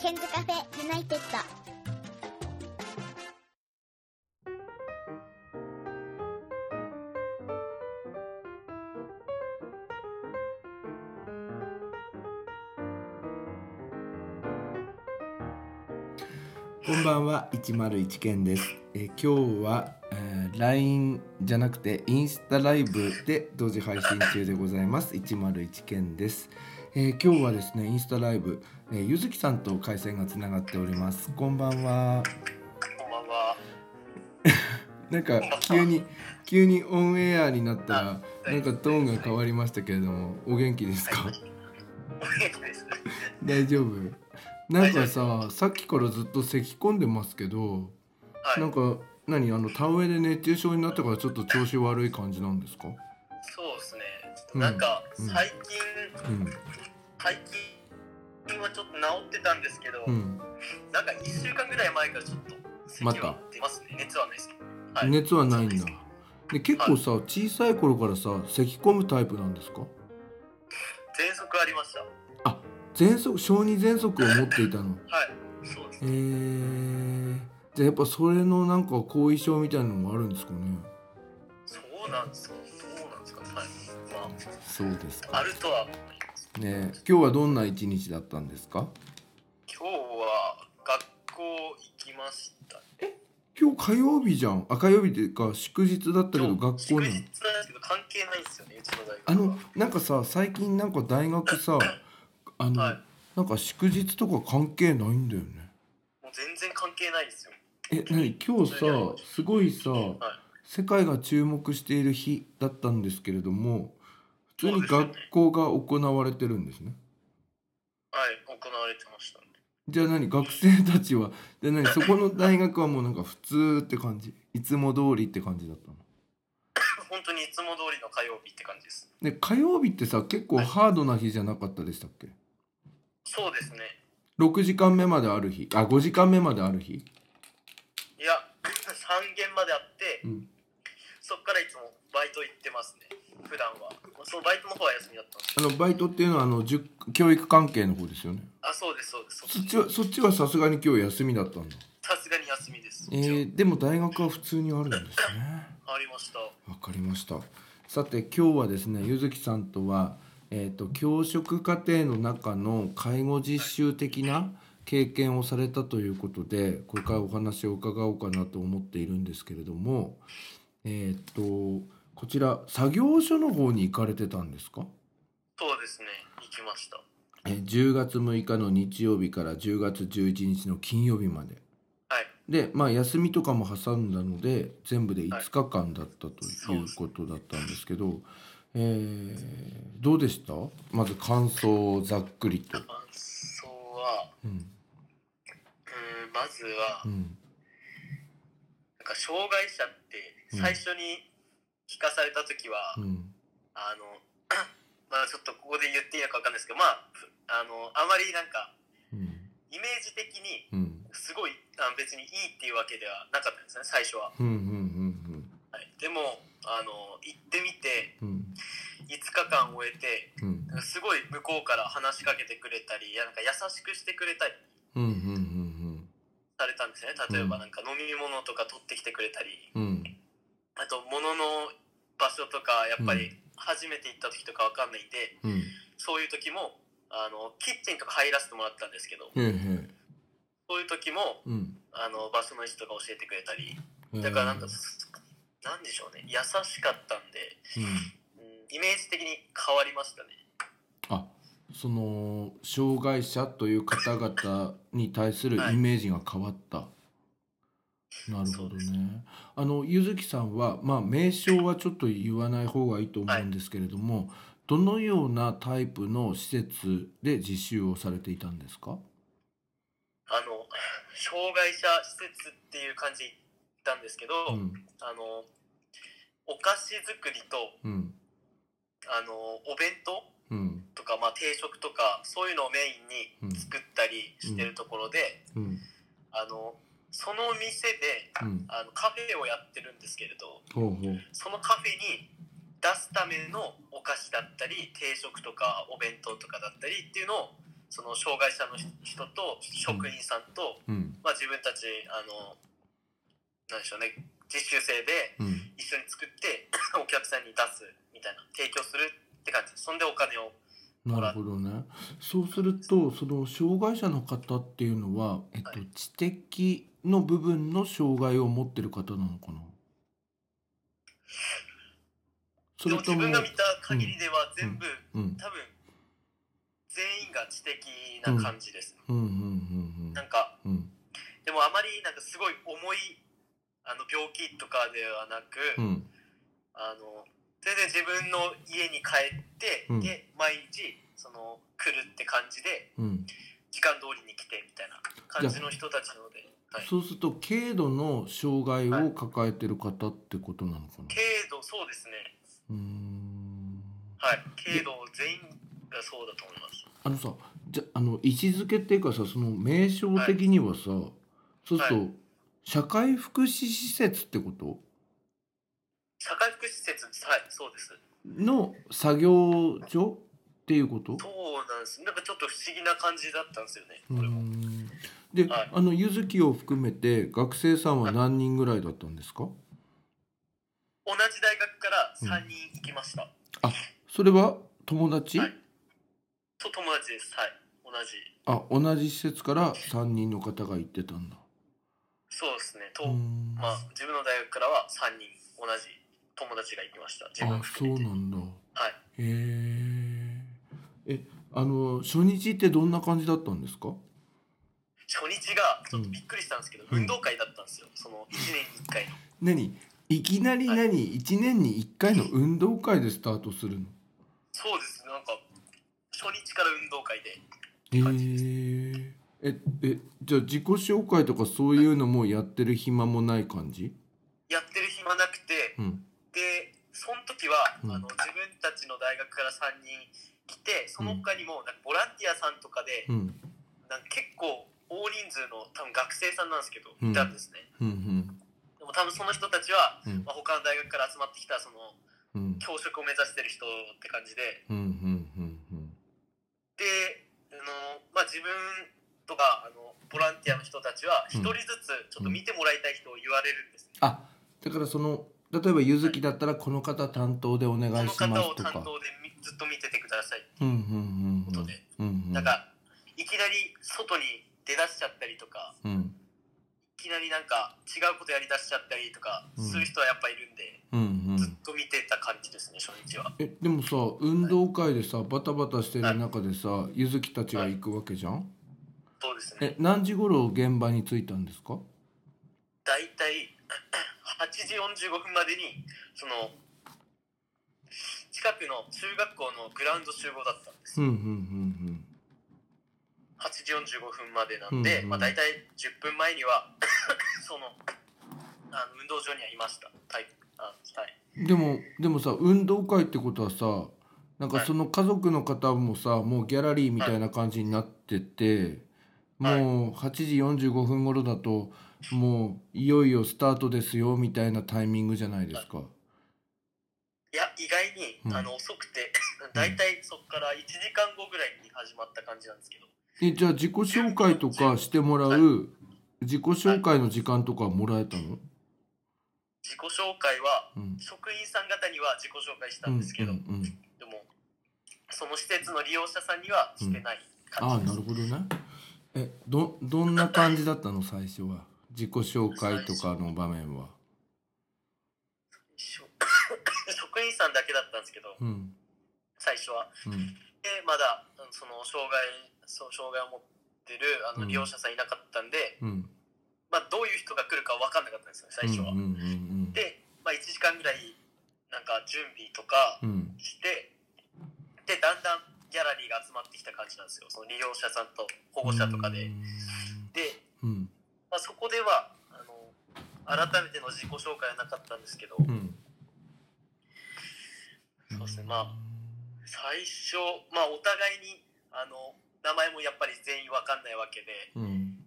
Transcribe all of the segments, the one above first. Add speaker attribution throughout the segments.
Speaker 1: ケンズカフェユナイテッド。
Speaker 2: こんばんは101件です、えー今日は、えー LINE じゃなくてインスタライブで同時配信中でございます101件です、えー今日はですねインスタライブ、えーゆずきさんと回線がつながっておりますこんばんは
Speaker 3: こんばんは。
Speaker 2: なんか急に急にオンエアになったらなんかトーンが変わりましたけれどもお元気ですか
Speaker 3: お元気です。
Speaker 2: 大丈夫なんかささっきからずっと咳き込んでますけど
Speaker 3: はい。
Speaker 2: なんか何あの田植えで熱中症になってからちょっと調子悪い感じなんですか
Speaker 3: そうですね。なんか
Speaker 2: うん
Speaker 3: 最近、
Speaker 2: うん
Speaker 3: 最近はちょっと治ってたんですけど、
Speaker 2: うん、
Speaker 3: なんか一週間ぐらい前からちょっと咳
Speaker 2: また
Speaker 3: は出ますね。熱はないですけど。はい
Speaker 2: 熱はないんだ
Speaker 3: そうです
Speaker 2: で結構さ小さい頃からさ咳き込むタイプなんですか
Speaker 3: 喘息ありました。
Speaker 2: 喘息小児喘息を持っていたの
Speaker 3: はい。そうです
Speaker 2: え
Speaker 3: ね。
Speaker 2: ー、じゃあやっぱそれのなんか後遺症みたいなのもあるんですかね
Speaker 3: そうなんですか。どうなんですか。はい。ま
Speaker 2: そうです
Speaker 3: ああるとは思います。
Speaker 2: ね今日はどんな一日だったんですか
Speaker 3: 今日は学校行きました。
Speaker 2: 今日火曜日じゃんあ火曜日っていうか祝日だったけど
Speaker 3: 今
Speaker 2: 学
Speaker 3: 日
Speaker 2: 校なの
Speaker 3: 祝日なんですけど関係ないですよね。うちの大学は。
Speaker 2: あのなんかさ最近なんか大学 さあの、
Speaker 3: はい。
Speaker 2: なんか祝日とか関係ないんだよね
Speaker 3: もう全然関係ないですよ。
Speaker 2: えなに今日さすごいさ
Speaker 3: はい。
Speaker 2: 世界が注目している日だったんですけれども普通に
Speaker 3: そうです
Speaker 2: 学校が行われてるんですね
Speaker 3: はい、行われてましたね。
Speaker 2: じゃあ何学生たちはで何そこの大学はもうなんか普通って感じいつも通りって感じだったの
Speaker 3: 本当にいつも通りの火曜日って感じです。
Speaker 2: で火曜日ってさ結構ハードな日じゃなかったでしたっけ
Speaker 3: そうですね。
Speaker 2: 6時間目まである日あ5時間目まである日
Speaker 3: いや、3限まであって、
Speaker 2: うん
Speaker 3: そっからいつもバイト行ってますね。普段は。そう、バイトの方は休みだったんです。
Speaker 2: あのバイトっていうのはあの塾教育関係の方ですよね
Speaker 3: あ、そうです、そうです。そっ
Speaker 2: そっ
Speaker 3: ち
Speaker 2: ちはそっちはさすがに今日休みだったんだ
Speaker 3: さすがに休みです。
Speaker 2: えー、でも大学は普通にあるんですね。
Speaker 3: ありました。
Speaker 2: わかりました。さて今日はですね、ゆずきさんとはえっ、と教職課程の中の介護実習的な経験をされたということで、これからお話を伺おうかなと思っているんですけれども、えっ、とこちら作業所の方に行かれてたんですか？
Speaker 3: そうですね。行きました。
Speaker 2: えー10月6日の日曜日から10月11日の金曜日まで。
Speaker 3: はい。
Speaker 2: でまあ休みとかも挟んだので全部で5日間だったということだったんですけど、えーどうでしたまず感想をざっくりと。
Speaker 3: 感想は、
Speaker 2: うん
Speaker 3: うーん、まずは、
Speaker 2: う
Speaker 3: なん
Speaker 2: ん
Speaker 3: か障害者って最初に聞かされた時は、
Speaker 2: うん
Speaker 3: あの まあちょっとここで言っていいのかわかんないですけどまあふあのあまりなんか
Speaker 2: うん
Speaker 3: イメージ的に
Speaker 2: うん
Speaker 3: すごいあ別にいいっていうわけではなかったんですね最初は、
Speaker 2: うんうんうん
Speaker 3: はい、でもあの行ってみて
Speaker 2: うんうん
Speaker 3: 5日間終えて
Speaker 2: うん
Speaker 3: なんかすごい向こうから話しかけてくれたりいやなんか優しくしてくれたり
Speaker 2: うんうんうん
Speaker 3: されたんですね例え
Speaker 2: う
Speaker 3: ば
Speaker 2: ん
Speaker 3: なんか飲み物とか取ってきてくれたり
Speaker 2: うんうん
Speaker 3: あと物の場所とかやっぱ
Speaker 2: う
Speaker 3: り初めて行った時とかわかんないんで
Speaker 2: うん
Speaker 3: そういう時もあのキッチンとか入らせてもらったんですけど
Speaker 2: へえへえ
Speaker 3: そういう時も
Speaker 2: うん
Speaker 3: あの場所の位置とか教えてくれたり
Speaker 2: へえ
Speaker 3: だからなんか、なんでしょうね優しかったんで、
Speaker 2: うん
Speaker 3: うん、イメージ的に変わりましたね
Speaker 2: あその障害者という方々に対する
Speaker 3: はい
Speaker 2: イメージが変わった、なるほど
Speaker 3: そうです
Speaker 2: ねあのゆずきさんは、まあ、名称はちょっと言わない方がいいと思うんですけれども、どのようなタイプの施設で実習をされていたんですか
Speaker 3: あの障害者施設っていう感じで行ったんですけど、
Speaker 2: うん
Speaker 3: あのお菓子作りと
Speaker 2: うん
Speaker 3: あのお弁当
Speaker 2: うん
Speaker 3: とか、まあ、定食とかそういうのをメイン
Speaker 2: うん
Speaker 3: に作ったりしてるところで、
Speaker 2: うん
Speaker 3: あのその店で
Speaker 2: うん
Speaker 3: あのカフェをやってるんですけれど
Speaker 2: ほうほう
Speaker 3: そのカフェに出すためのお菓子だったり定食とかお弁当とかだったりっていうのをその障害者の人と職員さんと、
Speaker 2: うん
Speaker 3: まあ、自分たちあのなんでしょうね実習生で
Speaker 2: うん
Speaker 3: 一緒に作ってお客さんに出すみたいな提供するって感じそんでお金を
Speaker 2: なるほどねそうするとその障害者の方っていうのは、えっと
Speaker 3: は、
Speaker 2: 知的の部分の障害を持ってる方なのかなそ
Speaker 3: で
Speaker 2: れ
Speaker 3: も
Speaker 2: と
Speaker 3: 自
Speaker 2: も
Speaker 3: 分が見た限りでは全部、
Speaker 2: うん
Speaker 3: 多分全員が知的な感じです、
Speaker 2: うんうん
Speaker 3: なんか
Speaker 2: うんうん
Speaker 3: でもあまりなんかすごい重いあの病気とかではなく、
Speaker 2: うん
Speaker 3: あの全然自分の家に帰って、
Speaker 2: うん
Speaker 3: で毎日その来るって感じで
Speaker 2: うん
Speaker 3: 時間通りに来てみたいな感じの人たちなので、はい、
Speaker 2: そうすると軽度の障害を抱えてる方ってことなのかな、
Speaker 3: 軽度そうですね
Speaker 2: うーん
Speaker 3: はい軽度全員がそうだと思います
Speaker 2: あのさじゃあの位置づけっていうかさその名称的にはさ、そうすると、
Speaker 3: は
Speaker 2: 社会福祉施設ってこと
Speaker 3: 社会福祉施設はいそうです
Speaker 2: の作業所っていうこと
Speaker 3: そうなんですなんかちょっと不思議な感じだったんですよね
Speaker 2: うー
Speaker 3: これも
Speaker 2: んで、
Speaker 3: はい
Speaker 2: あのゆずきを含めて学生さんは何人ぐらいだったんですか
Speaker 3: 同じ大学から3人行きました、
Speaker 2: それは友達、
Speaker 3: はいと友達ですはい同じ
Speaker 2: あ同じ施設から3人の方が行ってたんだ。
Speaker 3: そうですねと、
Speaker 2: うーん
Speaker 3: まあ、自分の大学からは3人同じ友達が行きました自分
Speaker 2: あそう
Speaker 3: 含めて
Speaker 2: なんだ。
Speaker 3: はい
Speaker 2: へえ。えあの初日ってどんな感じだったんですか？
Speaker 3: 初日がちょっとびっくりしたんですけど、
Speaker 2: うん
Speaker 3: 運動会だったんですよその1年に1回の
Speaker 2: 何いきなり
Speaker 3: は
Speaker 2: 何、一1年に1回の運動会でスタートするの？
Speaker 3: そうですねなんか初日から運動会で
Speaker 2: へ
Speaker 3: 感じです
Speaker 2: え。ええじゃあ自己紹介とかそういうのもやってる暇もない感じ？
Speaker 3: やってる暇なくて
Speaker 2: うん
Speaker 3: でその時は、
Speaker 2: うん
Speaker 3: あの自分たちの大学から3人来てその他にもなんかボランティアさんとかで、
Speaker 2: うん
Speaker 3: なんか結構大人数の多分学生さんなんですけど
Speaker 2: うん
Speaker 3: いたんですね、
Speaker 2: うんうん
Speaker 3: でも多分その人たちは、
Speaker 2: うん
Speaker 3: まあ、他の大学から集まってきたその
Speaker 2: うん
Speaker 3: 教職を目指してる人って感じで
Speaker 2: うんうんうん
Speaker 3: であの、まあ、自分とかあのボランティアの人たちは
Speaker 2: うん
Speaker 3: 一人ずつちょっと見てもらいたい人を言われるんですね、
Speaker 2: あだからその例えばゆずきだったらこの方担当でお願いし
Speaker 3: その
Speaker 2: ま
Speaker 3: 方
Speaker 2: す
Speaker 3: を
Speaker 2: と
Speaker 3: 担
Speaker 2: か。
Speaker 3: 当でみずっと見ててくださいって
Speaker 2: うんうん
Speaker 3: ことで、
Speaker 2: うんうん。
Speaker 3: なんかいきなり外に出だしちゃったりとか
Speaker 2: うん
Speaker 3: いきなりなんか違うことやりだしちゃったりとか
Speaker 2: うん
Speaker 3: する人はやっぱいるんで、
Speaker 2: うんうん
Speaker 3: ずっと見てた感じですね初日は
Speaker 2: えでもさ運動会でさバタバタしてる中でさゆずきたちが行くわけじゃん
Speaker 3: そうですね
Speaker 2: え何時頃現場に着いたんですか
Speaker 3: 大体8時45分までにその近くの中学校のグラウンド集合だったんです
Speaker 2: うんうんうん
Speaker 3: 8時45分までなんで、
Speaker 2: うんうん
Speaker 3: まあ、大体10分前には そのあの運動場にはいました体育あはい
Speaker 2: うんでもでもさ運動会ってことはさなんかその家族の方もさもうギャラリーみたいな感じになってて
Speaker 3: はい
Speaker 2: もう8時45分頃だともういよいよスタートですよみたいなタイミングじゃないですか
Speaker 3: いや意外に、
Speaker 2: うん
Speaker 3: あの遅くて 大体そこから1時間後ぐらいに始まった感じなんですけど
Speaker 2: えじゃあ自己紹介とかしてもらう自己紹介の時間とかはもらえたの、
Speaker 3: 自己紹介は
Speaker 2: うん
Speaker 3: 職員さん方には自己紹介したんですけど、
Speaker 2: うんうんうん
Speaker 3: でもその施設の利用者さんにはしてない
Speaker 2: ああ
Speaker 3: 感じ
Speaker 2: な
Speaker 3: です、
Speaker 2: るほどねえどどんな感じだったの最初は自己紹介とかの場面は
Speaker 3: しょ 職員さんだけだったんですけど
Speaker 2: うん
Speaker 3: 最初は
Speaker 2: うん
Speaker 3: でまだあのその障害そう障害を持ってるあ
Speaker 2: う
Speaker 3: の
Speaker 2: ん
Speaker 3: 利用者さんいなかったんで、
Speaker 2: うん
Speaker 3: まあ、どういう人が来るか分かんなかったんですよ最初は、
Speaker 2: うんうん
Speaker 3: で、まあ、1時間ぐらいなんか準備とか
Speaker 2: うんうん
Speaker 3: してでだんだんギャラリーが集まってきた感じなんですよその利用者さんと保護者とかで、で
Speaker 2: うん
Speaker 3: まあ、そこではあの改めての自己紹介はなかったんですけど、
Speaker 2: うん
Speaker 3: そうですねまあ最初、まあ、お互いにあの名前もやっぱり全員わかんないわけで、
Speaker 2: うん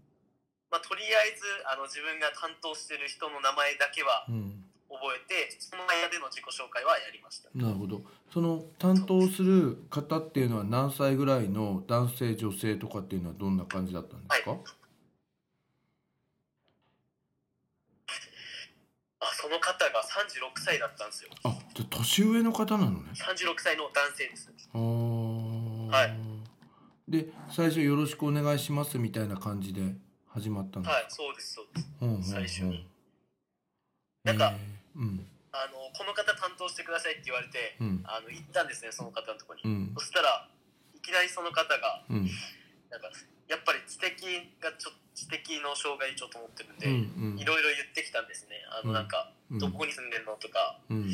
Speaker 3: まあ、とりあえずあの自分が担当してる人の名前だけは
Speaker 2: うん
Speaker 3: 覚覚えてその間での自己紹介はやりました
Speaker 2: なるほどその担当する方っていうのは何歳ぐらいの男性女性とかっていうのはどんな感じだったんですか、
Speaker 3: はあその方が36歳だったんですよ
Speaker 2: あじゃあ年上の方なのね
Speaker 3: 36歳の男性です
Speaker 2: あー
Speaker 3: はい
Speaker 2: で最初「よろしくお願いします」みたいな感じで始まったの、
Speaker 3: はいそうですそうです
Speaker 2: うんうんうん
Speaker 3: 最初になんか
Speaker 2: えーうん
Speaker 3: あのこの方担当してくださいって言われて
Speaker 2: うん
Speaker 3: あの行ったんですねその方のところ
Speaker 2: う
Speaker 3: に、
Speaker 2: ん
Speaker 3: そしたらいきなりその方が
Speaker 2: うん
Speaker 3: なんかやっぱり知的がちょ知的の障害ちょっと持ってるんで、
Speaker 2: うんうん
Speaker 3: いろいろ言ってきたんですねあ
Speaker 2: うん
Speaker 3: のなんか、
Speaker 2: うん
Speaker 3: どこに住んでるのとか
Speaker 2: うん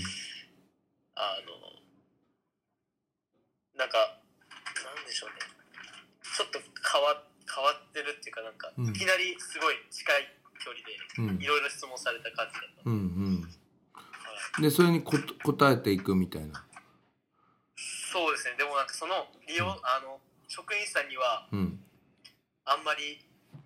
Speaker 3: あのなんかなんでしょうねちょっと変わ変わってるっていうかなんか、
Speaker 2: うん
Speaker 3: いきなりすごい近い距離で
Speaker 2: うん
Speaker 3: いろいろ質問された感じだった、
Speaker 2: うんうん
Speaker 3: はい
Speaker 2: でそれにこと答えていくみたいな
Speaker 3: そうですねでもなんかその利用あの職員さんには
Speaker 2: うん
Speaker 3: あんまり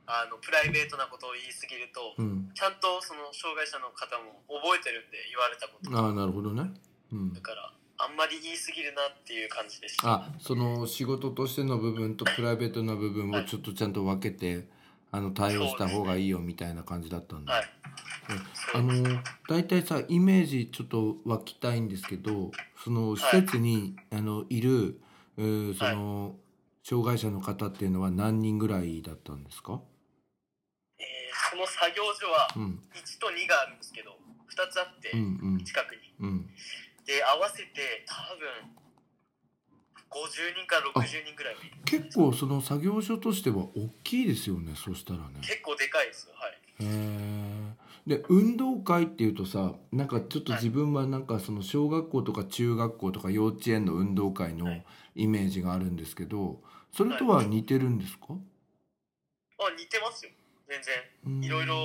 Speaker 3: あのプライベートなことを言いすぎると、
Speaker 2: うん
Speaker 3: ちゃんとその障害者の方も覚えてるんで言われたこと
Speaker 2: ああなるほどねうん
Speaker 3: だからあんまり言いすぎるなっていう感じでした
Speaker 2: あその仕事としての部分とプライベートな部分をちょっとちゃんと分けてあの対応した方がいいよみたいな感じだったんだ、
Speaker 3: はい
Speaker 2: あ
Speaker 3: そうです
Speaker 2: の大体さイメージちょっと湧きたいんですけどその施設に、あのいるうーその、障害者の方っていうのは何人ぐらいだったんですか、
Speaker 3: えーその作業所は
Speaker 2: うん、
Speaker 3: 1と2があるんですけど2つあって
Speaker 2: うんうん
Speaker 3: 近くに
Speaker 2: うん
Speaker 3: で合わせて多分50人から60人ぐらいはいる
Speaker 2: 結構その作業所としては大きいですよねそしたらね。
Speaker 3: 結構でかいですよはい
Speaker 2: へーで運動会っていうとさなんかちょっと自分はなんかその小学校とか中学校とか幼稚園の運動会の
Speaker 3: はい
Speaker 2: イメージがあるんですけどそれとは似てるんですか、
Speaker 3: あ似てますよ全然
Speaker 2: うん
Speaker 3: いろいろ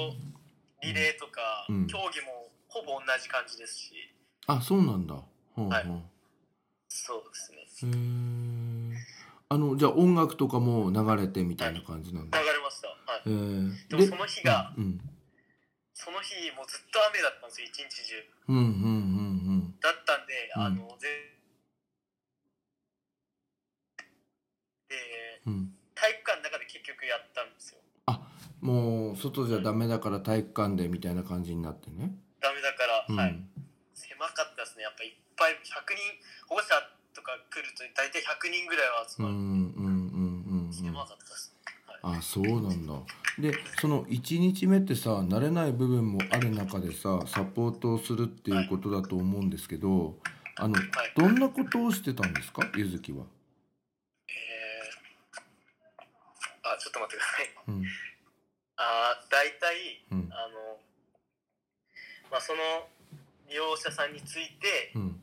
Speaker 3: リレーとか、
Speaker 2: うん
Speaker 3: 競技もほぼ同じ感じですし
Speaker 2: あそうなんだ。ほうほう
Speaker 3: はいそうですね
Speaker 2: へーあのじゃあ音楽とかも流れてみたいな感じなんだ。
Speaker 3: 流れましたはい
Speaker 2: へー
Speaker 3: でもその日が
Speaker 2: うん
Speaker 3: その日もうずっと雨だったんですよ一日中
Speaker 2: うんうんうん
Speaker 3: だったんで、
Speaker 2: うん
Speaker 3: あの全で
Speaker 2: うんうん。
Speaker 3: 体育館の中で結局やったんですよ
Speaker 2: もう外じゃダメだから体育館でみたいな感じになってね。
Speaker 3: ダメだから、
Speaker 2: うん、
Speaker 3: はい狭かったですねやっぱいっぱい100人保護者とか来ると大体100人ぐらいは集
Speaker 2: うんう
Speaker 3: ま
Speaker 2: ん
Speaker 3: る、
Speaker 2: うんうんう
Speaker 3: 狭
Speaker 2: ん。
Speaker 3: かったですね、はい、
Speaker 2: あそうなんだでその1日目ってさ慣れない部分もある中でさサポートをするっていうことだと思うんですけどあの
Speaker 3: はい
Speaker 2: どんなことをしてたんですかゆずきは、
Speaker 3: えー、あちょっと待ってください
Speaker 2: うん
Speaker 3: あー大体
Speaker 2: うん
Speaker 3: あのまあその利用者さんについて
Speaker 2: うん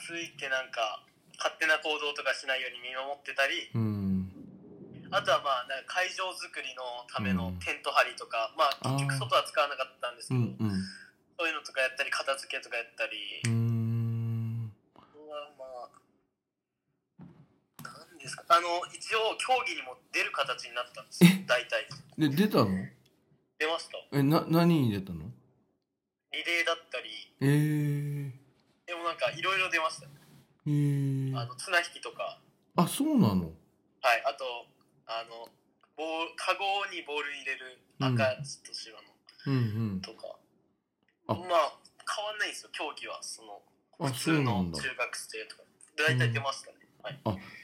Speaker 3: ついてなんか勝手な行動とかしないように見守ってたり
Speaker 2: うん
Speaker 3: あとはまあなんか会場作りのた
Speaker 2: う
Speaker 3: めの
Speaker 2: ん
Speaker 3: テント張りとか、まあ結
Speaker 2: あー
Speaker 3: 局外は使わなかったんです
Speaker 2: う
Speaker 3: けど、
Speaker 2: んうん
Speaker 3: そういうのとかやったり片付けとかやったり、
Speaker 2: うーん
Speaker 3: あとはまあなんですかあの一応競技にも出る形になったんですよ大体
Speaker 2: で出たの
Speaker 3: 出ました
Speaker 2: えな何に出たの
Speaker 3: リレーだったり
Speaker 2: えー、
Speaker 3: でもなんかいろいろ出ましたね
Speaker 2: えー、
Speaker 3: あの綱引きとか
Speaker 2: あそうなの
Speaker 3: はいあとあのボールカゴにボール入れる赤と白の
Speaker 2: うんうん
Speaker 3: とか、
Speaker 2: あ
Speaker 3: まあ変わんないんですよ競技はその
Speaker 2: あ
Speaker 3: 普通
Speaker 2: そうな
Speaker 3: の
Speaker 2: んだ
Speaker 3: 中学生とか大体出ましたね、はい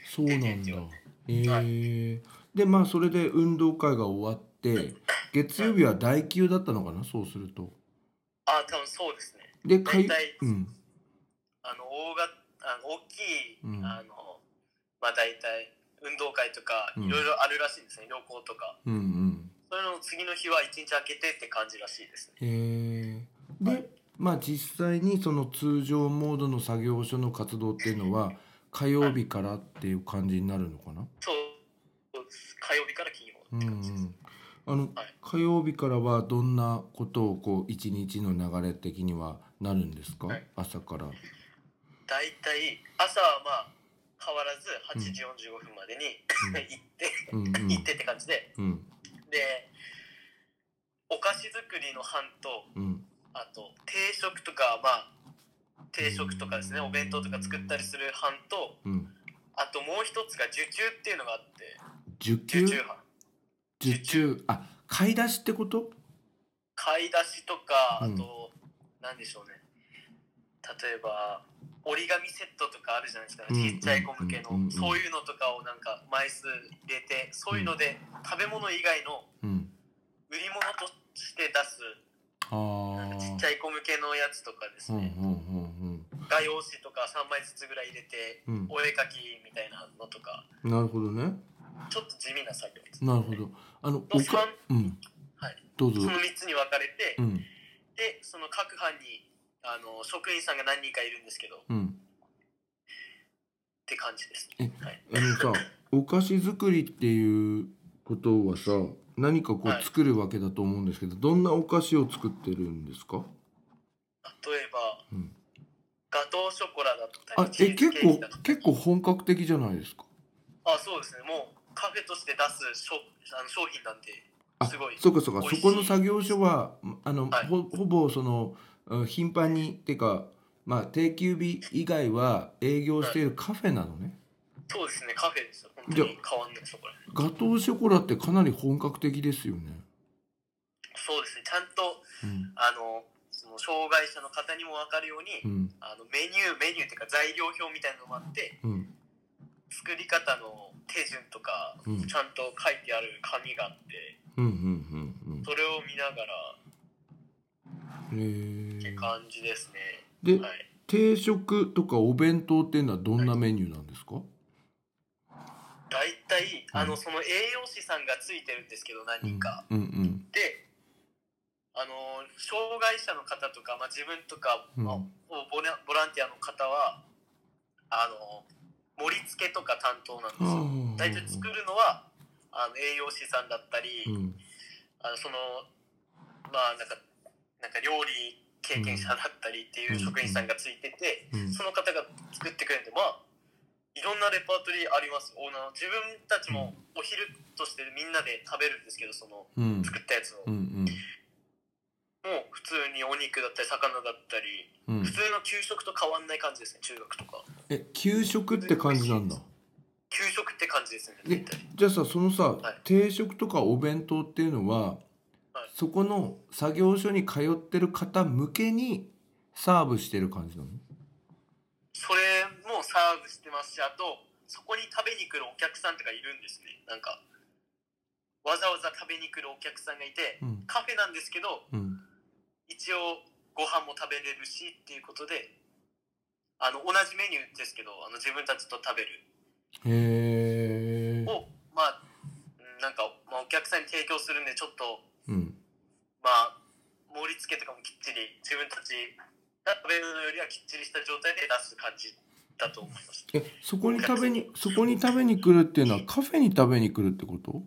Speaker 2: そうなん
Speaker 3: 出
Speaker 2: だ
Speaker 3: てって。
Speaker 2: えー、でまあそれで運動会が終わって月曜日は代休だったのかなそうすると。
Speaker 3: あ多分そうですね
Speaker 2: でかい
Speaker 3: 大体
Speaker 2: うん
Speaker 3: あの大があの大きい、
Speaker 2: うん
Speaker 3: あのまあ大体運動会とか
Speaker 2: うん
Speaker 3: いろいろあるらしいんですね、旅行とか
Speaker 2: うんうん。
Speaker 3: そういうのを次の日は一日空けてって感じらしいですね
Speaker 2: えー、でまあ実際にその通常モードの作業所の活動っていうのは火曜日からっていう感じになるのかな。
Speaker 3: そうそうです火曜日から金曜
Speaker 2: うん
Speaker 3: っ
Speaker 2: う
Speaker 3: て感じです、
Speaker 2: ん。あの
Speaker 3: はい
Speaker 2: 火曜日からはどんなことをこう一日の流れ的にはなるんですか
Speaker 3: はい
Speaker 2: 朝から。
Speaker 3: 大体朝はまあ変わらず8時45分までに、
Speaker 2: うん
Speaker 3: 行って、
Speaker 2: うんうん
Speaker 3: 行ってって感じで
Speaker 2: うん
Speaker 3: でお菓子作りの班と
Speaker 2: うん
Speaker 3: あと定食とかまあ定食とかですねお弁当とか作ったりする班と
Speaker 2: うん、
Speaker 3: あともう一つが受注っていうのがあって
Speaker 2: 受
Speaker 3: 受
Speaker 2: 給
Speaker 3: 注班
Speaker 2: 受注あ買い出しってこと
Speaker 3: 買い出しとかあ
Speaker 2: うん
Speaker 3: と、なんでしょうね例えば折り紙セットとかあるじゃないですか、
Speaker 2: うん
Speaker 3: ちっちゃい子向けの、
Speaker 2: うんうん
Speaker 3: そういうのとかをなんか枚数入れてそういうので食べ物以外の
Speaker 2: うん
Speaker 3: 売り物として出すなん
Speaker 2: あ
Speaker 3: か
Speaker 2: あ
Speaker 3: ちっちゃい子向けのやつとかです
Speaker 2: うんうん
Speaker 3: ね、画用紙とか3枚ずつぐらい入れて
Speaker 2: うんうん
Speaker 3: お絵描きみたいなのとか
Speaker 2: うんなるほどね
Speaker 3: ちょっと地味な作業です、
Speaker 2: なるほどあの
Speaker 3: の三
Speaker 2: うん
Speaker 3: はい
Speaker 2: どうぞ
Speaker 3: その3つに分かれて、
Speaker 2: うん
Speaker 3: でその各班にあの職員さんが何人かいるんですけどっ
Speaker 2: うん
Speaker 3: て感じです
Speaker 2: え
Speaker 3: はい
Speaker 2: あのさお菓子作りっていうことはさ何かこ
Speaker 3: はいう
Speaker 2: 作るわけだと思うんですけど、どんなお菓子を作ってるんですか
Speaker 3: 例えば、
Speaker 2: うん
Speaker 3: ガトーショコラだった
Speaker 2: あ
Speaker 3: りチ
Speaker 2: え
Speaker 3: ーズ
Speaker 2: 結
Speaker 3: ケー
Speaker 2: 構
Speaker 3: キだったり
Speaker 2: 結構本格的じゃないですか
Speaker 3: あそうですねもうカフェとして出す商あの商品なんで
Speaker 2: あ
Speaker 3: すごい
Speaker 2: そうかそう
Speaker 3: 美
Speaker 2: か
Speaker 3: 味
Speaker 2: そ
Speaker 3: しい
Speaker 2: この作業所はあの、
Speaker 3: はい
Speaker 2: ほほぼそのうん頻繁にっていうかまあ定休日以外は営業しているカフェなのね、
Speaker 3: そうですねカフェですよ本
Speaker 2: じゃ
Speaker 3: 当に変わんないそこら辺
Speaker 2: ガトーショコラってかなり本格的ですよね、
Speaker 3: そうですねちゃんと
Speaker 2: うん
Speaker 3: あのその障害者の方にも分かるように、
Speaker 2: うん
Speaker 3: あのメニューメニューっていうか材料表みたいなのもあって
Speaker 2: うん
Speaker 3: 作り方の手順とか、
Speaker 2: うん
Speaker 3: ちゃんと書いてある紙があって
Speaker 2: うんうんうん
Speaker 3: それを見ながら
Speaker 2: うん
Speaker 3: っ
Speaker 2: へ
Speaker 3: て
Speaker 2: え
Speaker 3: 感じですね、
Speaker 2: で
Speaker 3: はい
Speaker 2: 定食とかお弁当っていうのはどんなメニューなんですか、
Speaker 3: 大体あ
Speaker 2: う
Speaker 3: の
Speaker 2: ん
Speaker 3: その栄養士さんがついてるんですけど何人か、
Speaker 2: うんうん
Speaker 3: であの障害者の方とか、まあ、自分とか、
Speaker 2: うん
Speaker 3: まあボラボランティアの方はあの盛り付けとか担当なんですよ
Speaker 2: はあ
Speaker 3: 大体作るのはあの栄養士さんだったり、
Speaker 2: うん
Speaker 3: あのそのまあなんかなんか料理経験者だったりっていう職員さんがついてて、
Speaker 2: うん
Speaker 3: その方が作ってくれるんでまあいろんなレパートリーありますオーナー自分たちもお昼としてみんなで食べるんですけどその
Speaker 2: うん
Speaker 3: 作ったやつを、
Speaker 2: うんうん
Speaker 3: もう普通にお肉だったり魚だった
Speaker 2: う
Speaker 3: り
Speaker 2: ん
Speaker 3: 普通の給食と変わんない感じですね中学とか
Speaker 2: え給食って感じなんだ
Speaker 3: 給食って感じですね
Speaker 2: で
Speaker 3: 大体
Speaker 2: じゃあさそのさ、
Speaker 3: い
Speaker 2: 定食とかお弁当っていうのは、
Speaker 3: はい
Speaker 2: そこの作業所に通ってる方向けにサーブしてる感じなの
Speaker 3: それもサーブしてますしあとそこに食べに来るお客さんとかいるんですねなんかわざわざ食べに来るお客さんがいて
Speaker 2: うん
Speaker 3: カフェなんですけど
Speaker 2: うん
Speaker 3: 一応ご飯も食べれるしっていうことであの同じメニューですけどあの自分たちと食べる
Speaker 2: へえ
Speaker 3: をまあうんなんか、まあ、お客さんに提供するんでちょっと
Speaker 2: うん
Speaker 3: まあ盛り付けとかもきっちり自分たちが食べるのよりはきっちりした状態で出す感じだと思います
Speaker 2: えそこに食べにそこに食べに来るっていうのはカフェに食べに来るってこと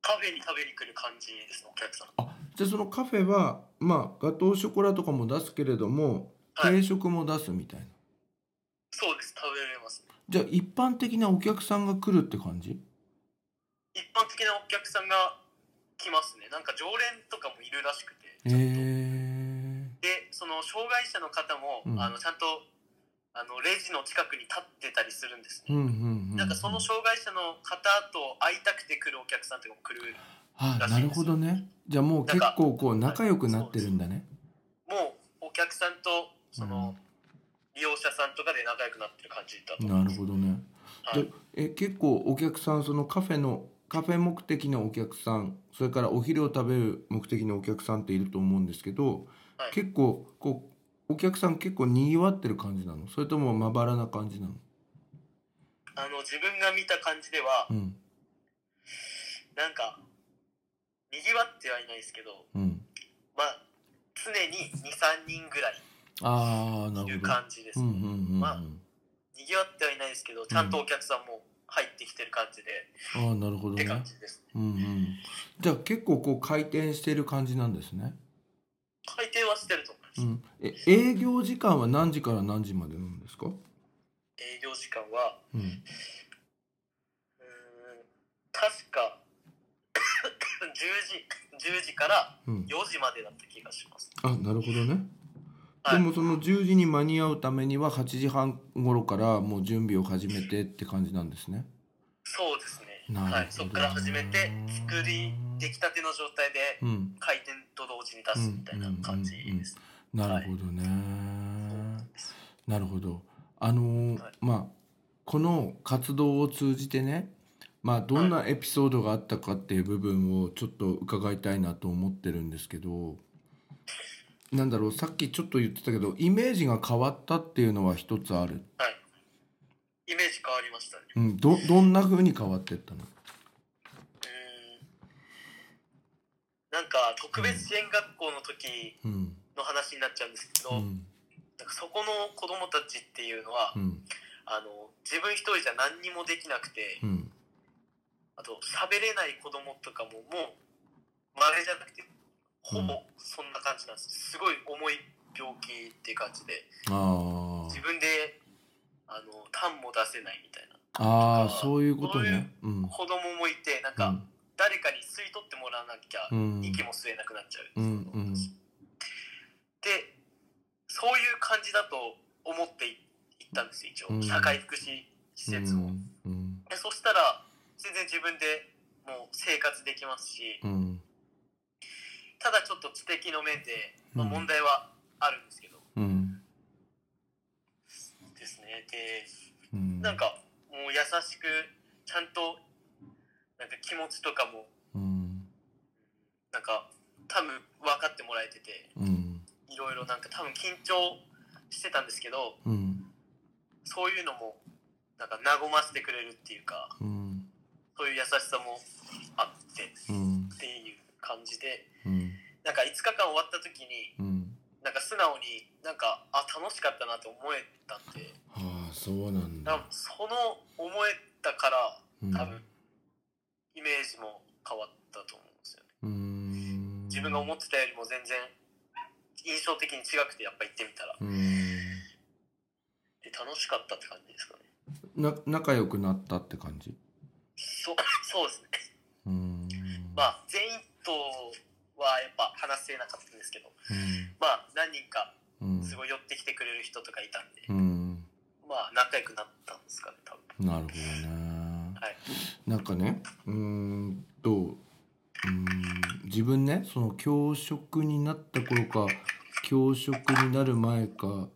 Speaker 3: カフェに食べに来る感じですねお客さん
Speaker 2: あじゃあそのカフェはまあガトーショコラとかも出すけれども
Speaker 3: はい
Speaker 2: 定食も出すみたいな、
Speaker 3: そうです食べれます
Speaker 2: じゃあ一般的なお客さんが来るって感じ
Speaker 3: 一般的なお客さんが来ますねなんか常連とかもいるらしくて
Speaker 2: へえ
Speaker 3: でその障害者の方も、
Speaker 2: うん
Speaker 3: あのちゃんとあのレジの近くに立ってたりするんです
Speaker 2: うん
Speaker 3: ね、
Speaker 2: うんうん
Speaker 3: なんかその障害者の方と会いたくて来るお客さんとかも来る
Speaker 2: は
Speaker 3: ら
Speaker 2: い、
Speaker 3: しい
Speaker 2: なんる
Speaker 3: です
Speaker 2: ほ
Speaker 3: よ
Speaker 2: どね。じゃあもう結構こう仲良くなってるんだね。
Speaker 3: もうお客さんとその、利用者さんとかで仲良くなってる感じだと思
Speaker 2: ない
Speaker 3: ま
Speaker 2: る
Speaker 3: す
Speaker 2: ほどね。
Speaker 3: は
Speaker 2: で
Speaker 3: い、
Speaker 2: え結構お客さんそのカフェのカフェ目的のお客さんそれからお昼を食べる目的のお客さんっていると思うんですけど、
Speaker 3: はい
Speaker 2: 結構こうお客さん結構にぎわってる感じなのそれともまばらな感じなの
Speaker 3: あの自分が見た感じでは、
Speaker 2: うん
Speaker 3: なんかにぎわってはいないですけど
Speaker 2: うん
Speaker 3: まあ常に23人ぐらい
Speaker 2: ああないる
Speaker 3: う
Speaker 2: ほど
Speaker 3: 感じです、
Speaker 2: うんうんうんうん
Speaker 3: ま
Speaker 2: あ
Speaker 3: あにぎわってはいないですけどちゃんとお客さんも入ってきてる感じで、
Speaker 2: あーなるほど
Speaker 3: って
Speaker 2: ね
Speaker 3: 感じです
Speaker 2: うんうんじゃあ結構こう回転してる感じなんですね
Speaker 3: 回転はしてると思います、
Speaker 2: うん、え営業時間は何時から何時までなんですか、
Speaker 3: 営業時間は
Speaker 2: うん、
Speaker 3: うーん確か10時10時から
Speaker 2: うん
Speaker 3: 4時までだった気がします、
Speaker 2: あなるほどね、
Speaker 3: はい
Speaker 2: でもその10時に間に合うためには8時半頃からもう準備を始めてって感じなんですね
Speaker 3: そうですね
Speaker 2: なるほど
Speaker 3: はい、そこから始めて作り出来たての状態で
Speaker 2: うん
Speaker 3: 開店と同時に出すみたいな感じです、
Speaker 2: なるほどね、
Speaker 3: そうです
Speaker 2: なるほどあのー
Speaker 3: はい
Speaker 2: まあこの活動を通じてねまあどんなエピソードがあったかっていう部分をちょっと伺いたいなと思ってるんですけどなんだろうさっきちょっと言ってたけどイメージが変わったっていうのは一つある、
Speaker 3: はいイメージ変わりましたね
Speaker 2: うん、どどんな風に変わってったの
Speaker 3: うんなんか特別支援学校の時
Speaker 2: うん
Speaker 3: の話になっちゃうんですけど、
Speaker 2: うん
Speaker 3: なんかそこの子供たちっていうのは、
Speaker 2: うん
Speaker 3: あの自分一人じゃ何にもできなくて、
Speaker 2: うん
Speaker 3: あと喋れない子供とかももうまれじゃなくてほぼそんな感じなんです、すごい重い病気っていう感じで
Speaker 2: あ
Speaker 3: 自分であの痰も出せないみたいな
Speaker 2: あああそういうことねうん
Speaker 3: 子供もいてなん
Speaker 2: う
Speaker 3: か
Speaker 2: ん
Speaker 3: 誰かに吸い取ってもらわなきゃ
Speaker 2: うん
Speaker 3: 息も吸えなくなっちゃう、
Speaker 2: うん
Speaker 3: その子たちでそういう感じだと思ってい行ったんですよ一
Speaker 2: う
Speaker 3: 応
Speaker 2: ん
Speaker 3: 社会福祉施設を、
Speaker 2: うん
Speaker 3: でそしたら全然自分でもう生活できますし
Speaker 2: うん
Speaker 3: ただちょっと知的の面で、まあ、
Speaker 2: うん
Speaker 3: 問題はあるんですけど、
Speaker 2: うん
Speaker 3: ですねで
Speaker 2: うん
Speaker 3: なんかもう優しくちゃんとなんか気持ちとかも
Speaker 2: うん
Speaker 3: なんか多分分かってもらえてて
Speaker 2: うん
Speaker 3: いろいろなんか多分緊張してたんですけど
Speaker 2: うん
Speaker 3: そういうのもなんか和ませてくれるっていうか
Speaker 2: うん
Speaker 3: そういう優しさもあってっ
Speaker 2: うん
Speaker 3: ていう感じで
Speaker 2: うん
Speaker 3: なんか5日間終わった時に
Speaker 2: うん
Speaker 3: なんか素直になんかあ楽しかったなと思えたんで
Speaker 2: ああそうなん
Speaker 3: 多
Speaker 2: だ
Speaker 3: 分その思えたから
Speaker 2: うん
Speaker 3: 多分イメージも変わったと思うんですよね
Speaker 2: うん
Speaker 3: 自分が思ってたよりも全然印象的に違くてやっぱ行ってみたら
Speaker 2: うん
Speaker 3: で楽しかったって感じですかね
Speaker 2: な仲良くなったって感じ
Speaker 3: そう そうですね
Speaker 2: うん
Speaker 3: まあ全員とはやっぱ話せなかったんですけどまあ何人か
Speaker 2: うん
Speaker 3: すごい寄ってきてくれる人とかいたんで
Speaker 2: うん
Speaker 3: まあ仲良くなったんですかね多分
Speaker 2: なるほどね。
Speaker 3: はい
Speaker 2: なんかね、うーんと、うーん自分ね、その教職になった頃か、教職になる前か、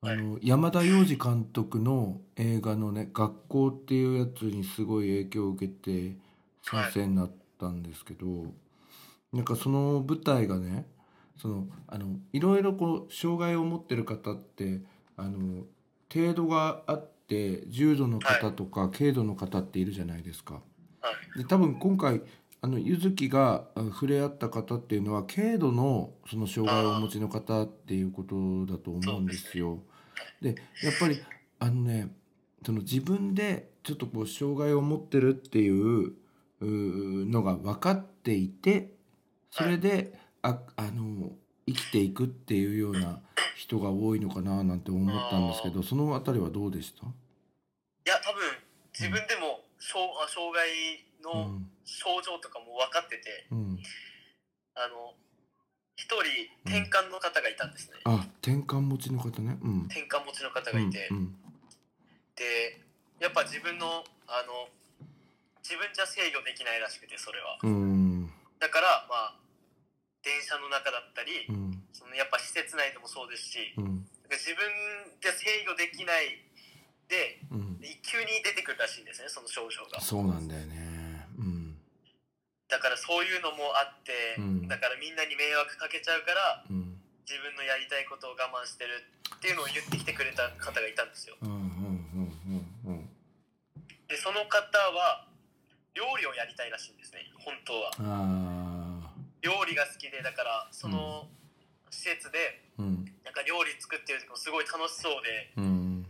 Speaker 2: あの、山田洋次監督の映画のね、学校っていうやつにすごい影響を受けて先生になったんですけど、なんかその舞台がね、そのあのいろいろこう障害を持ってる方ってあの程度があって重度の方とか軽度の方っているじゃないですか。
Speaker 3: はい
Speaker 2: で多分今回あの柚木があ触れ合った方っていうのは軽度のその障害をお持ちの方っていうことだと思うんですよ。でやっぱりあのねその自分でちょっとこう障害を持ってるっていううーのが分かっていてそれで、ああの生きていくっていうような人が多いのかななんて思ったんですけどそのあたりはどうでした、
Speaker 3: いや多分自分でも障あ障害
Speaker 2: う
Speaker 3: の
Speaker 2: ん
Speaker 3: 症状とかも分かってて
Speaker 2: うん、
Speaker 3: あの一人転換の方がいたんですね
Speaker 2: あ転換持ちの方ね。うん
Speaker 3: 転換持ちの方がいて、
Speaker 2: うん
Speaker 3: でやっぱ自分のあの自分じゃ制御できないらしくてそれは
Speaker 2: うん
Speaker 3: だからまあ電車の中だったり
Speaker 2: うん
Speaker 3: そのやっぱ施設内でもそうですし
Speaker 2: うん
Speaker 3: 自分じゃ制御できないで
Speaker 2: うん
Speaker 3: 急に出てくるらしいんですねその症状が
Speaker 2: そうなんだよね。うん
Speaker 3: だからそういうのもあって、
Speaker 2: うん
Speaker 3: だからみんなに迷惑かけちゃうから
Speaker 2: うん
Speaker 3: 自分のやりたいことを我慢してるっていうのを言ってきてくれた方がいたんですよ
Speaker 2: うんうんうんうん
Speaker 3: でその方は料理をやりたいらしいんですね本当は
Speaker 2: うんあ
Speaker 3: 料理が好きでだからその施設で
Speaker 2: ーうん
Speaker 3: なんか料理作ってる時もすごい楽しそうで
Speaker 2: うん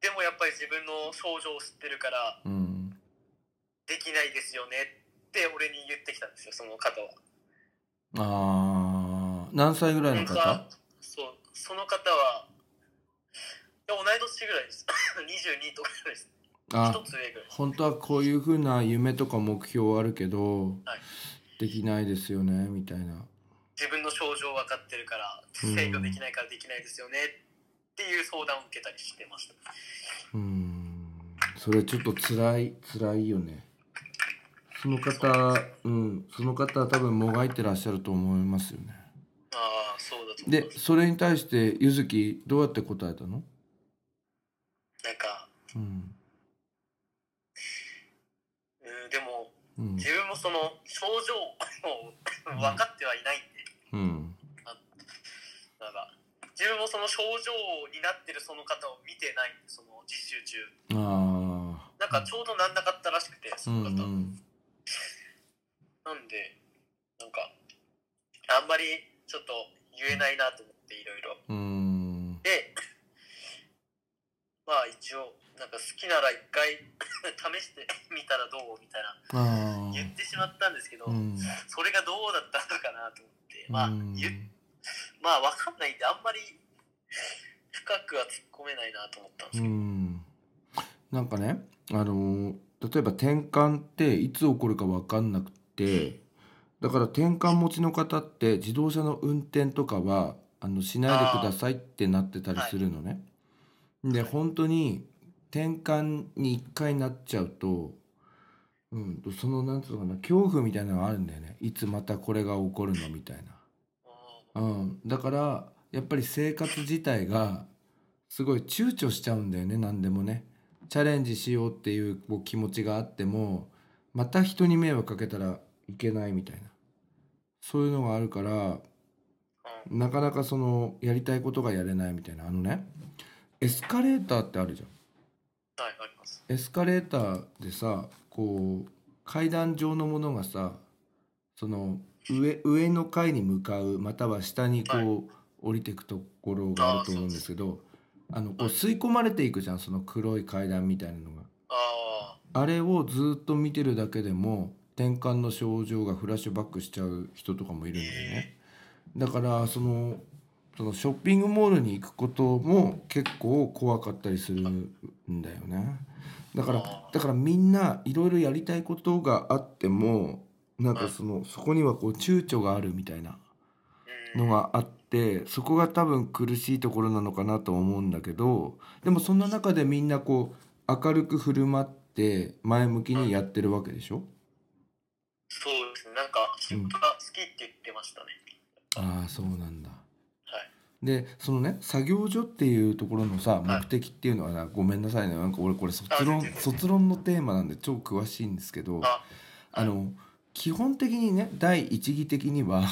Speaker 3: でもやっぱり自分の症状を知ってるから
Speaker 2: うん
Speaker 3: できないですよねって俺に言ってきたんですよその方は
Speaker 2: ああ何歳ぐらいの
Speaker 3: なん
Speaker 2: 方
Speaker 3: かそうその方はいや同い年ぐらいです 22とかぐらいです一
Speaker 2: あ
Speaker 3: つ上ぐらい
Speaker 2: 本当はこういうふうな夢とか目標はあるけど、
Speaker 3: はい
Speaker 2: できないですよねみたいな
Speaker 3: 自分の症状分かってるから
Speaker 2: うん
Speaker 3: 制御できないからできないですよねっていう相談を受けたりしてました
Speaker 2: うんそれちょっと辛い辛いよねその方うんその方は多分もがいてらっしゃると思いますよね
Speaker 3: ああそうだと思い
Speaker 2: で
Speaker 3: ます
Speaker 2: それに対してゆずきどうやって答えたの
Speaker 3: なんか
Speaker 2: うん
Speaker 3: うんでも
Speaker 2: うん
Speaker 3: 自分もその症状を分かってはいないんで
Speaker 2: うん
Speaker 3: なんか自分もその症状になってるその方を見てないんでその実習中
Speaker 2: あ
Speaker 3: なんかちょうどなんなかったらしくて
Speaker 2: あう
Speaker 3: そ
Speaker 2: ん
Speaker 3: の
Speaker 2: う
Speaker 3: 方、
Speaker 2: ん
Speaker 3: なんでなんかあんまりちょっと言えないなと思っていろいろ
Speaker 2: うん
Speaker 3: でまあ一応なんか好きなら一回 試して みたらどうみたいな
Speaker 2: あ
Speaker 3: 言ってしまったんですけど、
Speaker 2: あうん
Speaker 3: それがどうだったのかなと思ってまあ、
Speaker 2: うん
Speaker 3: 言っまあわかんないんであんまり深くは突っ込めないなと思ったんです
Speaker 2: う
Speaker 3: けど、
Speaker 2: んなんかねあの例えば転換っていつ起こるか分かんなくてだから転換持ちの方って自動車の運転とかはあのしないでくださいってなってたりするのね。で本当に転換に1回なっちゃうと、うん、そのなんつうのかな恐怖みたいなのがあるんだよねいつまたこれが起こるのみたいな。うん、だからやっぱり生活自体がすごい躊躇しちゃうんだよね何でもねチャレンジしようっていうこう気持ちがあってもまた人に迷惑かけたらいけないみたいなそういうのがあるから
Speaker 3: うん
Speaker 2: なかなかそのやりたいことがやれないみたいなあのねエスカレーターってあるじゃん
Speaker 3: はいあります
Speaker 2: エスカレーターでさこう階段状のものがさその上上の階に向かうまたは下にこう、
Speaker 3: は
Speaker 2: 降りていくところがあると思うんですけどあのこう吸い込まれていくじゃんその黒い階段みたいなのが。
Speaker 3: あ
Speaker 2: あれをずっと見てるだけでも転換の症状がフラッシュバックしちゃう人とかもいるんだよね。だからそのそのショッピングモールに行くことも結構怖かったりするんだよね。だから
Speaker 3: あー
Speaker 2: だからみんないろいろやりたいことがあってもなんかそのそこにはこう躊躇があるみたいな
Speaker 3: あうん
Speaker 2: のがあってそこが多分苦しいところなのかなと思うんだけどでもそんな中でみんなこう明るく振る舞って前向きにやってるわけでしょ
Speaker 3: そうですねなんか仕事が好きって言ってましたね、
Speaker 2: ああそうなんだ。
Speaker 3: はい
Speaker 2: でそのね作業所っていうところのさ
Speaker 3: は
Speaker 2: 目
Speaker 3: い
Speaker 2: 的っていうのはなごめんなさいねなんか俺これ卒
Speaker 3: あ
Speaker 2: 論
Speaker 3: 全然
Speaker 2: 卒論のテーマなんで超詳しいんですけど
Speaker 3: あ
Speaker 2: あの基本的にね第一義的には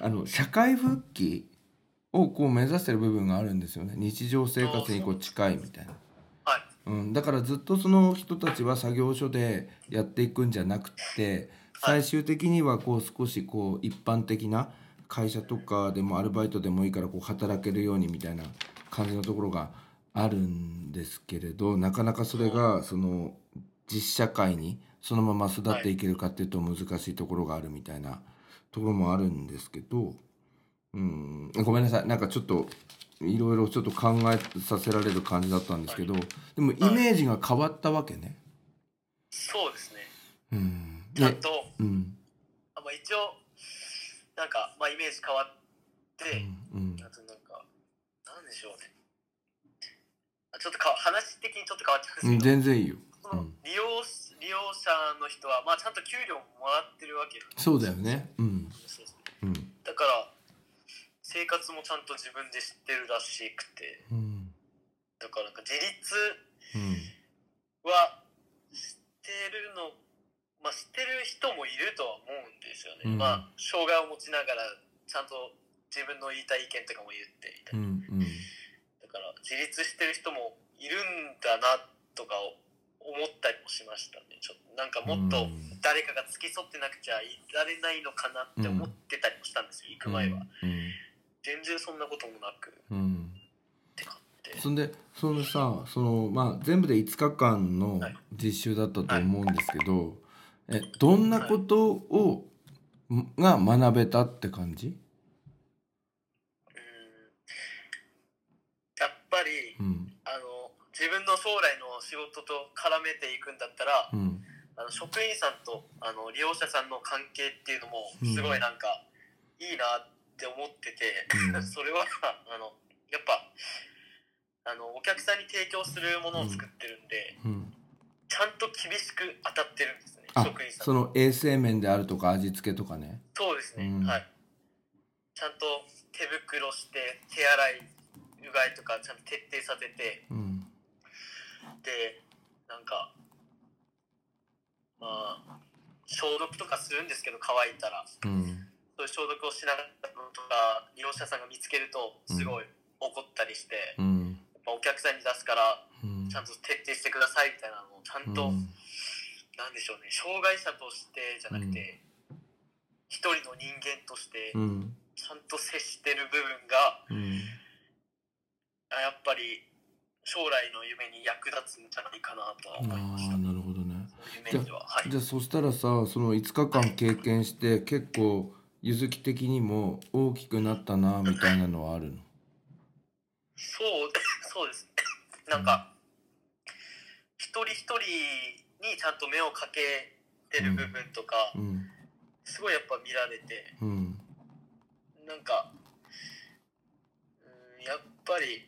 Speaker 2: あの社会復帰をこう目指してる部分があるんですよね日常生活にこう近いみたいな。
Speaker 3: はい
Speaker 2: うん、だからずっとその人たちは作業所でやっていくんじゃなくて最終的にはこう少しこう一般的な会社とかでもアルバイトでもいいからこう働けるようにみたいな感じのところがあるんですけれどなかなかそれがその実社会にそのまま育っていけるかっていうと難しいところがあるみたいなところもあるんですけどうんごめんなさいなんかちょっといろいろちょっと考えさせられる感じだったんですけど、でもイメージが変わったわけね。
Speaker 3: そうですね
Speaker 2: うん。
Speaker 3: ちゃん
Speaker 2: で、
Speaker 3: と
Speaker 2: うん。
Speaker 3: あまあ、一応なんか、まあ、イメージ変わって、
Speaker 2: うん。
Speaker 3: あとなんかなんでしょうねあちょっとか話的にちょっと変わっちゃ
Speaker 2: う
Speaker 3: うん
Speaker 2: ん、
Speaker 3: ですけど、
Speaker 2: 全然いいよ。
Speaker 3: その利用し利用者の人は、まあ、ちゃんと給料ももらってるわけなんで
Speaker 2: そうだよね。うん。
Speaker 3: そうそう
Speaker 2: うん。
Speaker 3: だから生活もちゃんと自分で知ってるらしくて
Speaker 2: うん。
Speaker 3: だからなんか自立
Speaker 2: うん。
Speaker 3: はしてるのまあしてる人もいるとは思うんですよね、
Speaker 2: うん
Speaker 3: まあ障害を持ちながらちゃんと自分の言いたい意見とかも言ってみたいな
Speaker 2: うん。うん。
Speaker 3: だから自立してる人もいるんだなとかを思ったりもしましたねちょっとなんかもっ
Speaker 2: う
Speaker 3: と
Speaker 2: ん
Speaker 3: 誰かが付き添ってなくちゃいられないのかなって思ってたりもしたんですよ、行く前は、
Speaker 2: うん。
Speaker 3: 全然そんなこともなくっ
Speaker 2: うん。
Speaker 3: て感じで
Speaker 2: そんでそのさその、まあ、全部で5日間の
Speaker 3: はい
Speaker 2: 実習だったと思うんですけど、えどんなことを、が学べたって感じ、
Speaker 3: うんやっぱり
Speaker 2: うん
Speaker 3: あの自分の将来の仕事と絡めていくんだったら
Speaker 2: うん
Speaker 3: あの職員さんとあの利用者さんの関係っていうのもすごいなんかいいなって思ってて、
Speaker 2: うん
Speaker 3: それはあのやっぱあのお客さんに提供するものを作ってるんで、
Speaker 2: うん、
Speaker 3: ちゃんと厳しく当たってるんですね
Speaker 2: あ
Speaker 3: 職員さん
Speaker 2: その衛生面であるとか味付けとかね
Speaker 3: そうですね、
Speaker 2: うん
Speaker 3: はいちゃんと手袋して手洗いうがいとかちゃんと徹底させて
Speaker 2: うん
Speaker 3: でなんかまあ消毒とかするんですけど乾いたら
Speaker 2: うん
Speaker 3: そういう消毒をしながらとか利用者さんが見つけるとすごい怒ったりして、
Speaker 2: うん
Speaker 3: やっぱお客さんに出すから
Speaker 2: うん
Speaker 3: ちゃんと徹底してくださいみたいなのをちゃんと、
Speaker 2: うん
Speaker 3: なんでしょうね障害者としてじゃなくて、一人の人間として
Speaker 2: うん
Speaker 3: ちゃんと接してる部
Speaker 2: う
Speaker 3: 分が
Speaker 2: ん
Speaker 3: あやっぱり将来の夢に役立つんじゃないかなとは思いまし
Speaker 2: ああな
Speaker 3: た、
Speaker 2: るほどね
Speaker 3: そういう面でははい
Speaker 2: じゃあそしたらさその5日間経験して結構ゆずき的にも大きくなったなみたいなのはあるの
Speaker 3: そう、 そうです。なんか、一人一人にちゃんと目をかけてる部分とか、
Speaker 2: うん
Speaker 3: すごいやっぱ見られて、
Speaker 2: うん
Speaker 3: なんか、うんやっぱり、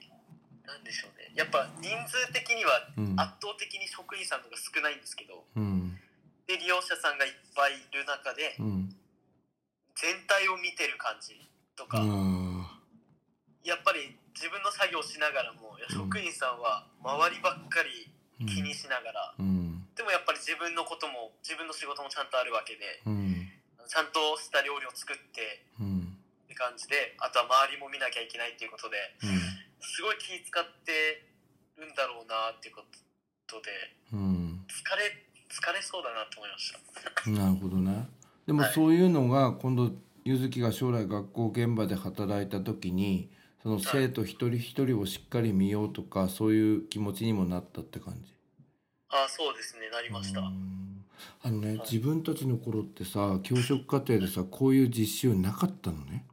Speaker 3: なんでしょうね。やっぱ人数的には
Speaker 2: うん
Speaker 3: 圧倒的に職員さんのが少ないんですけど、
Speaker 2: うん
Speaker 3: で、利用者さんがいっぱいいる中で
Speaker 2: う、ん
Speaker 3: 全体を見てる感じとか、
Speaker 2: あ
Speaker 3: やっぱり自分の作業しながらも、いや職員さんは周りばっかり
Speaker 2: ー
Speaker 3: 気にしながら、
Speaker 2: うん
Speaker 3: でもやっぱり自分のことも自分の仕事もちゃんとあるわけで
Speaker 2: うん
Speaker 3: ちゃんとした料理を作って
Speaker 2: うん
Speaker 3: って感じであとは周りも見なきゃいけないっていうことで
Speaker 2: う
Speaker 3: すごい気使ってるんだろうなっていうことで
Speaker 2: ん
Speaker 3: 疲れ疲れそうだなと思いました
Speaker 2: うんなるほどねでも
Speaker 3: はい
Speaker 2: そういうのが今度ゆずきが将来学校現場で働いた時にその生徒一人一人をしっかり見ようとかそういう気持ちにもなったって感じ
Speaker 3: ああそうですねなりました
Speaker 2: う
Speaker 3: は
Speaker 2: んあのね、
Speaker 3: はい
Speaker 2: 自分たちの頃ってさ教職課程でさこういう実習なかったのね。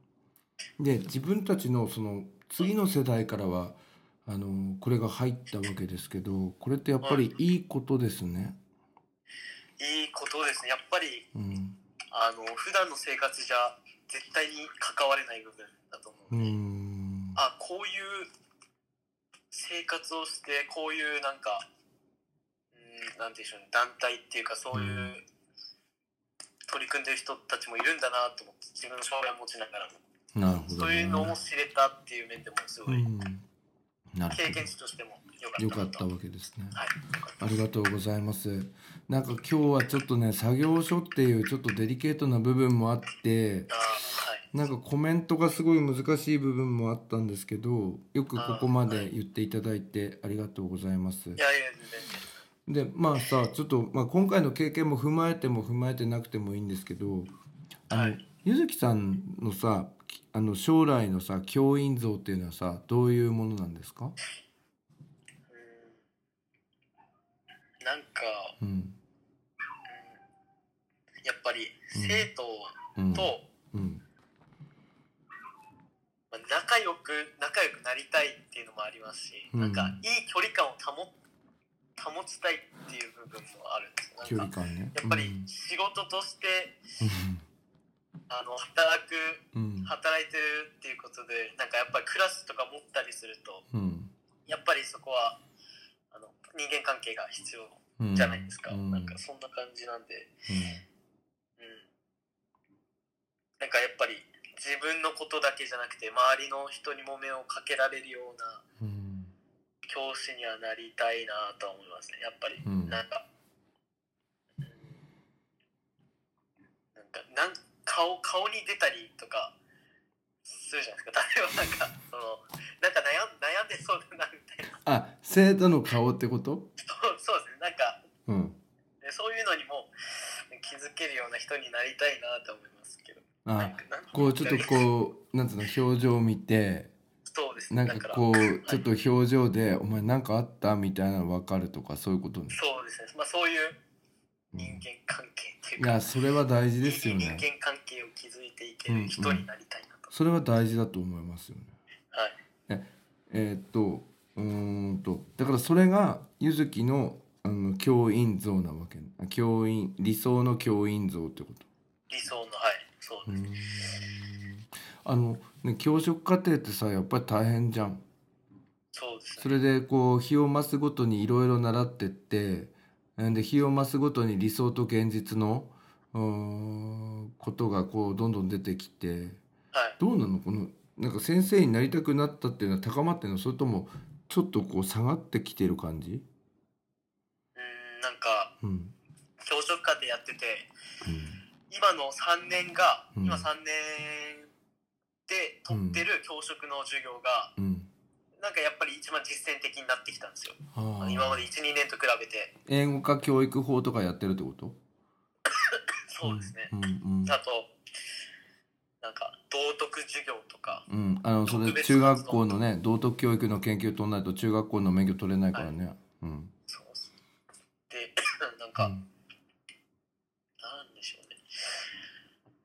Speaker 2: で自分たちのその次の世代からはあのこれが入ったわけですけどこれってやっぱりいいことですね。
Speaker 3: いいことですねやっぱり
Speaker 2: うん
Speaker 3: あの普段の生活じゃ絶対に関われない部分だと思う
Speaker 2: う
Speaker 3: ので、
Speaker 2: ん
Speaker 3: あこういう生活をしてこういうなんかうんなんていうんでしょうね団体っていうかそういう、
Speaker 2: うん
Speaker 3: 取り組んでる人たちもいるんだなと思って自分の障害を持ちながらも
Speaker 2: なるほど
Speaker 3: そういう
Speaker 2: ね。
Speaker 3: のも知れたっていう面でもすご
Speaker 2: う
Speaker 3: い、
Speaker 2: んなる
Speaker 3: 経験
Speaker 2: ほ
Speaker 3: 値としても
Speaker 2: ど
Speaker 3: 良
Speaker 2: よ
Speaker 3: か
Speaker 2: か
Speaker 3: っ
Speaker 2: ったた
Speaker 3: な
Speaker 2: わ
Speaker 3: と
Speaker 2: けですね。
Speaker 3: はい良かった
Speaker 2: ありがとうございます。なんか今日はちょっとね作業所っていうちょっとデリケートな部分もあって。
Speaker 3: あーはい
Speaker 2: なんかコメントがすごい難しい部分もあったんですけどよくここまで言っていただいてありがとうございます
Speaker 3: い。やいや全然
Speaker 2: でまあさちょっと、まあ、今回の経験も踏まえても踏まえてなくてもいいんですけどあの、
Speaker 3: はい
Speaker 2: ゆずきさんのさきあの将来のさ教員像っていうのはさどういうものなんですか、
Speaker 3: うんなんか
Speaker 2: うん
Speaker 3: やっぱり生徒
Speaker 2: うん
Speaker 3: と、
Speaker 2: うん
Speaker 3: まあ仲良く仲良くなりたいっていうのもありますし、
Speaker 2: うん
Speaker 3: なんかいい距離感を保保ちたいっていう部分もあるんです
Speaker 2: 距
Speaker 3: よな
Speaker 2: 離
Speaker 3: んか
Speaker 2: 感ね。
Speaker 3: やっぱり仕事としてあの働く
Speaker 2: うんうん
Speaker 3: 働いてるっていうことでなんかやっぱりクラスとか持ったりすると
Speaker 2: うん
Speaker 3: やっぱりそこはあの人間関係が必要
Speaker 2: うん
Speaker 3: じゃないですか、
Speaker 2: うん
Speaker 3: なんかそんな感じなんで、うん、なんかやっぱり自分のことだけじゃなくて周りの人にも目をかけられるような
Speaker 2: うんうん
Speaker 3: 教師にはなりたいなとは思いますねやっぱり、
Speaker 2: うん
Speaker 3: なんかうんなんかなん顔顔に出たりとかするじゃないですか例えばなん かそのなんか悩ん悩んでそうだなみたいな
Speaker 2: あ生徒の顔ってこと、
Speaker 3: そうそうですねなんか
Speaker 2: うん
Speaker 3: ねそういうのにも気づけるような人になりたいなと思いますけど
Speaker 2: あ
Speaker 3: なんかなんか
Speaker 2: こうちょっとこうなんつうの表情を見て
Speaker 3: そうです
Speaker 2: な
Speaker 3: ね
Speaker 2: ん
Speaker 3: だ
Speaker 2: か
Speaker 3: ら
Speaker 2: こ
Speaker 3: は
Speaker 2: う
Speaker 3: い
Speaker 2: ちょっと表情で「お前なんかあった?」みたいなの分かるとかそういうことね。
Speaker 3: そうですねまあそういう
Speaker 2: うん
Speaker 3: 人間関係っていう
Speaker 2: い
Speaker 3: か、
Speaker 2: やそれは大事ですよ
Speaker 3: いい
Speaker 2: ね。
Speaker 3: 人間関係を築いていける人になりたいなと、
Speaker 2: それは大事だと思いますよね。
Speaker 3: はい
Speaker 2: えーっとうーんとだからそれがゆずきのああの教員像なわけあ教員理想の教員像ってこと
Speaker 3: 理想のはいそう
Speaker 2: う
Speaker 3: です、
Speaker 2: んあの、ね、教職課程ってさやっぱり大変じゃん
Speaker 3: そうです
Speaker 2: そ
Speaker 3: ね
Speaker 2: れでこう日を増すごとにいろいろ習ってってんで日を増すごとに理想と現実のうーんことがこうどんどん出てきて
Speaker 3: はい
Speaker 2: どうなのこのなんか先生になりたくなったっていうのは高まってるのそれともちょっとこう下がってきてる感じ、
Speaker 3: うんなんか
Speaker 2: うん
Speaker 3: 教職課程やってて今の3年が、
Speaker 2: うん
Speaker 3: 今3年で取ってる教職の授業が、
Speaker 2: うんうん、
Speaker 3: なんかやっぱり一番実践的になってきたんですよ
Speaker 2: あー
Speaker 3: 今まで12年と比べて
Speaker 2: 英語科教育法とかやってるってこと
Speaker 3: そうですね、
Speaker 2: うんうん
Speaker 3: あとなんか道徳授業とか
Speaker 2: うん、あのそれ
Speaker 3: 特別
Speaker 2: 中学校のね道徳教育の研究取らないと中学校の免許取れないからね、うん
Speaker 3: そうで なんか、なんでしょうね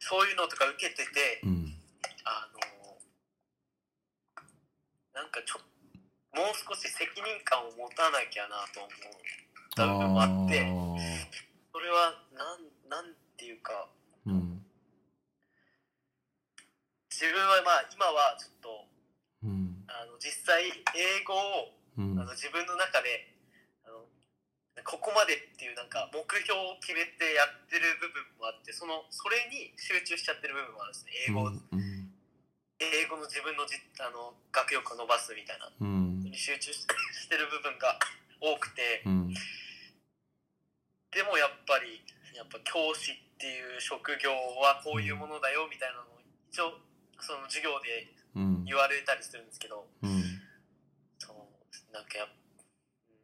Speaker 3: そういうのとか受けてて
Speaker 2: うん
Speaker 3: あのなんかちょもう少し責任感を持たなきゃなと思った部分もあってそれはなんなんていうか
Speaker 2: ーうん
Speaker 3: 自分はまあ今はちょっと
Speaker 2: うん
Speaker 3: あの実際英語を
Speaker 2: うん
Speaker 3: あの自分の中であのここまでっていうなんか目標を決めてやってる部分もあってそのそれに集中しちゃってる部分もあるんですね英語,、
Speaker 2: うん
Speaker 3: 英語の自分のじあの学力を伸ばすみたいな
Speaker 2: うん
Speaker 3: に集中ししてる部分が多くて
Speaker 2: うん
Speaker 3: でもやっぱりやっぱ教師っていう職業はこういうものだよみたいなのを一応その授業で
Speaker 2: うん
Speaker 3: 言われたりするんですけど
Speaker 2: うん
Speaker 3: そうなんかやっうん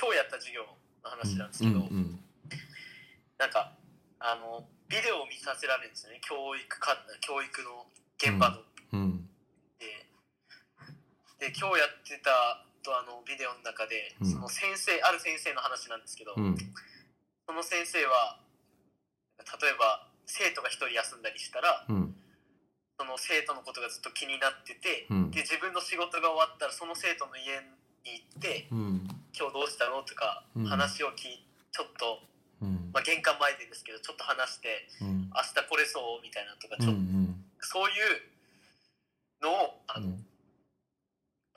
Speaker 3: 今日やった授業の話なんです
Speaker 2: う
Speaker 3: けど、
Speaker 2: ん
Speaker 3: なんかあのビデオを見させられるんですよね教育か教育の現場の、
Speaker 2: うん
Speaker 3: でで今日やってたとあのビデオの中で、
Speaker 2: うん
Speaker 3: その先生ある先生の話なんですけど、
Speaker 2: うん
Speaker 3: その先生は例えば生徒が1人休んだりしたら
Speaker 2: うん
Speaker 3: その生徒のことがずっと気になってて、
Speaker 2: うん
Speaker 3: で自分の仕事が終わったらその生徒の家に行って
Speaker 2: うん
Speaker 3: 今日どうしたのとか
Speaker 2: うん
Speaker 3: 話を聞いちょっと、
Speaker 2: うん
Speaker 3: まあ、玄関前でですけどちょっと話して
Speaker 2: うん
Speaker 3: 明日これそうみたいなとか
Speaker 2: う
Speaker 3: ちょっと
Speaker 2: ん
Speaker 3: そういうのをあの、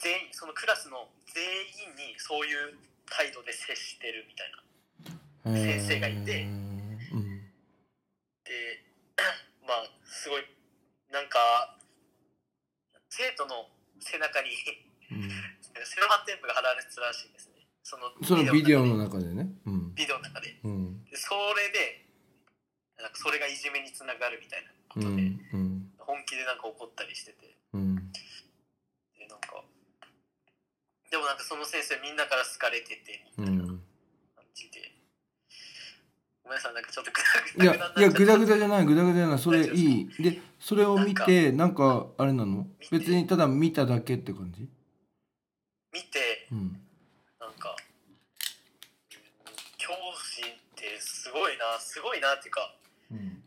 Speaker 3: 全員そのクラスの全員にそういう態度で接してるみたいな
Speaker 2: うん
Speaker 3: 先生がいて
Speaker 2: うん
Speaker 3: で まあすごいなんか生徒の背中に
Speaker 2: うん
Speaker 3: 白ハンテープが貼られてたらしいんですねその
Speaker 2: そのビデオの
Speaker 3: 中で
Speaker 2: 中でねうん
Speaker 3: ビデオの中で
Speaker 2: うん
Speaker 3: でそれでなんかそれがいじめにつながるみたいなこ
Speaker 2: う
Speaker 3: とで、
Speaker 2: んうん
Speaker 3: 本気でなんか怒ったりしてて
Speaker 2: うん
Speaker 3: でなんかでもなんかその先生みんなから好かれててみ
Speaker 2: う
Speaker 3: たいなん感じで、ごめんなさいなんかちょっと
Speaker 2: い
Speaker 3: グダ
Speaker 2: や
Speaker 3: グダに
Speaker 2: いやグダグ
Speaker 3: なっちゃっ
Speaker 2: ダじゃないグダグダじゃないそれいいでそれを見てなんかあれなの
Speaker 3: 見て
Speaker 2: 別にただ見ただけって感じ
Speaker 3: 見て
Speaker 2: うん
Speaker 3: なんかうん教師ってすごいなすごいなっていうか
Speaker 2: うん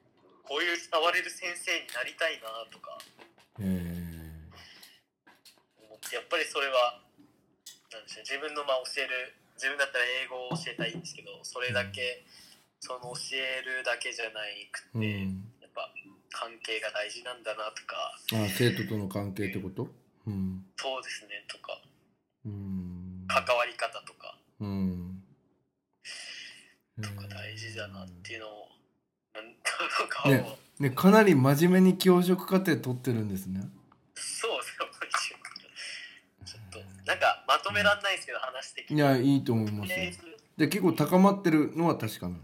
Speaker 3: こういう伝われる先生になりたいなとか
Speaker 2: え
Speaker 3: 思ってやっぱりそれはなんでしょう自分のまあ教える自分だったら英語を教えたいんですけどそれだけその教えるだけじゃないく
Speaker 2: ーう
Speaker 3: て、
Speaker 2: ん
Speaker 3: やっぱ関係が大事なんだなとか
Speaker 2: あ生徒との関係ってことうん
Speaker 3: そうですねとか
Speaker 2: うん
Speaker 3: 関わり方とか
Speaker 2: うん
Speaker 3: とか大事だなっていうのをなんとかを、
Speaker 2: ねねかなり真面目に教職課程取ってるんですね
Speaker 3: そうですねちょっとなんかまとめらんないですけど話的
Speaker 2: い
Speaker 3: にと
Speaker 2: やいいと思います
Speaker 3: りあえず
Speaker 2: よで結構高まってるのは確かなの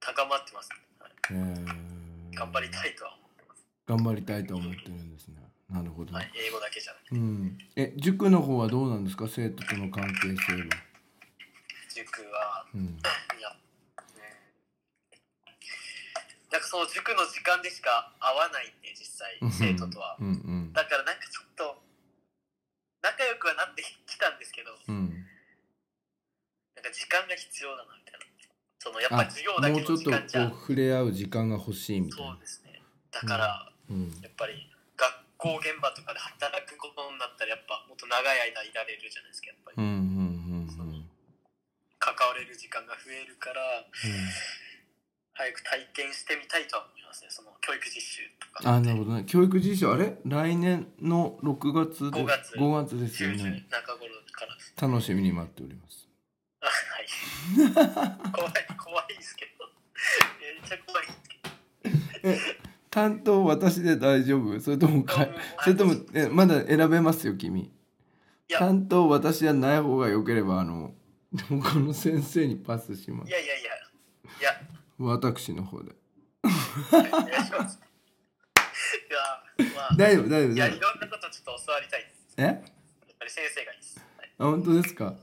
Speaker 3: 高まってます、はい
Speaker 2: えー
Speaker 3: 頑張りたいとは思ってます、
Speaker 2: 頑張りたいと思ってるんですねなるほど、
Speaker 3: はい、英語だけじゃなくて
Speaker 2: うん、え塾の方はどうなんですか生徒との関係性は、
Speaker 3: 塾は
Speaker 2: うん、
Speaker 3: いや、うんなんかその塾の時間でしか会わないんで実際生徒とは
Speaker 2: うんうん
Speaker 3: だからなんかちょっと仲良くはなってきたんですけど
Speaker 2: うん
Speaker 3: なんか時間が必要だなみたいなそのやっぱ
Speaker 2: あ
Speaker 3: り授業だ
Speaker 2: も
Speaker 3: け
Speaker 2: うちょっ
Speaker 3: の時
Speaker 2: とこ
Speaker 3: 間じゃ
Speaker 2: う触れ合う時間が欲しいみたい
Speaker 3: そう
Speaker 2: な
Speaker 3: ですねだから
Speaker 2: うん
Speaker 3: やっぱり学校現場とかで働くことになったらやっぱもっと長い間いられるじゃないですかやっぱ
Speaker 2: う
Speaker 3: り
Speaker 2: んうんうんうん
Speaker 3: われる時間が増えるから早く体験してみたいとは思いますねその教育実習とか
Speaker 2: あなるほどね教育実習あれ来年の6月で
Speaker 3: 5月
Speaker 2: 5月ですよ
Speaker 3: 中旬
Speaker 2: ね
Speaker 3: 中頃からです
Speaker 2: 楽しみに待っております
Speaker 3: あはい 怖い怖いですけどめっちゃ怖いですけど
Speaker 2: 担当私で大丈夫それともかいそれともえまだ選べますよ君
Speaker 3: いや
Speaker 2: 担当私じゃない方が良ければあの他の先生にパスしま
Speaker 3: い
Speaker 2: す
Speaker 3: やいやいやいや
Speaker 2: 私の方で
Speaker 3: お願いしますいやまあ
Speaker 2: 大丈夫大丈夫
Speaker 3: いや
Speaker 2: 大
Speaker 3: い
Speaker 2: 丈夫
Speaker 3: ろんなことちょっと教わりたいです
Speaker 2: え
Speaker 3: やっぱり先生がいいです、はい
Speaker 2: あ本当ですか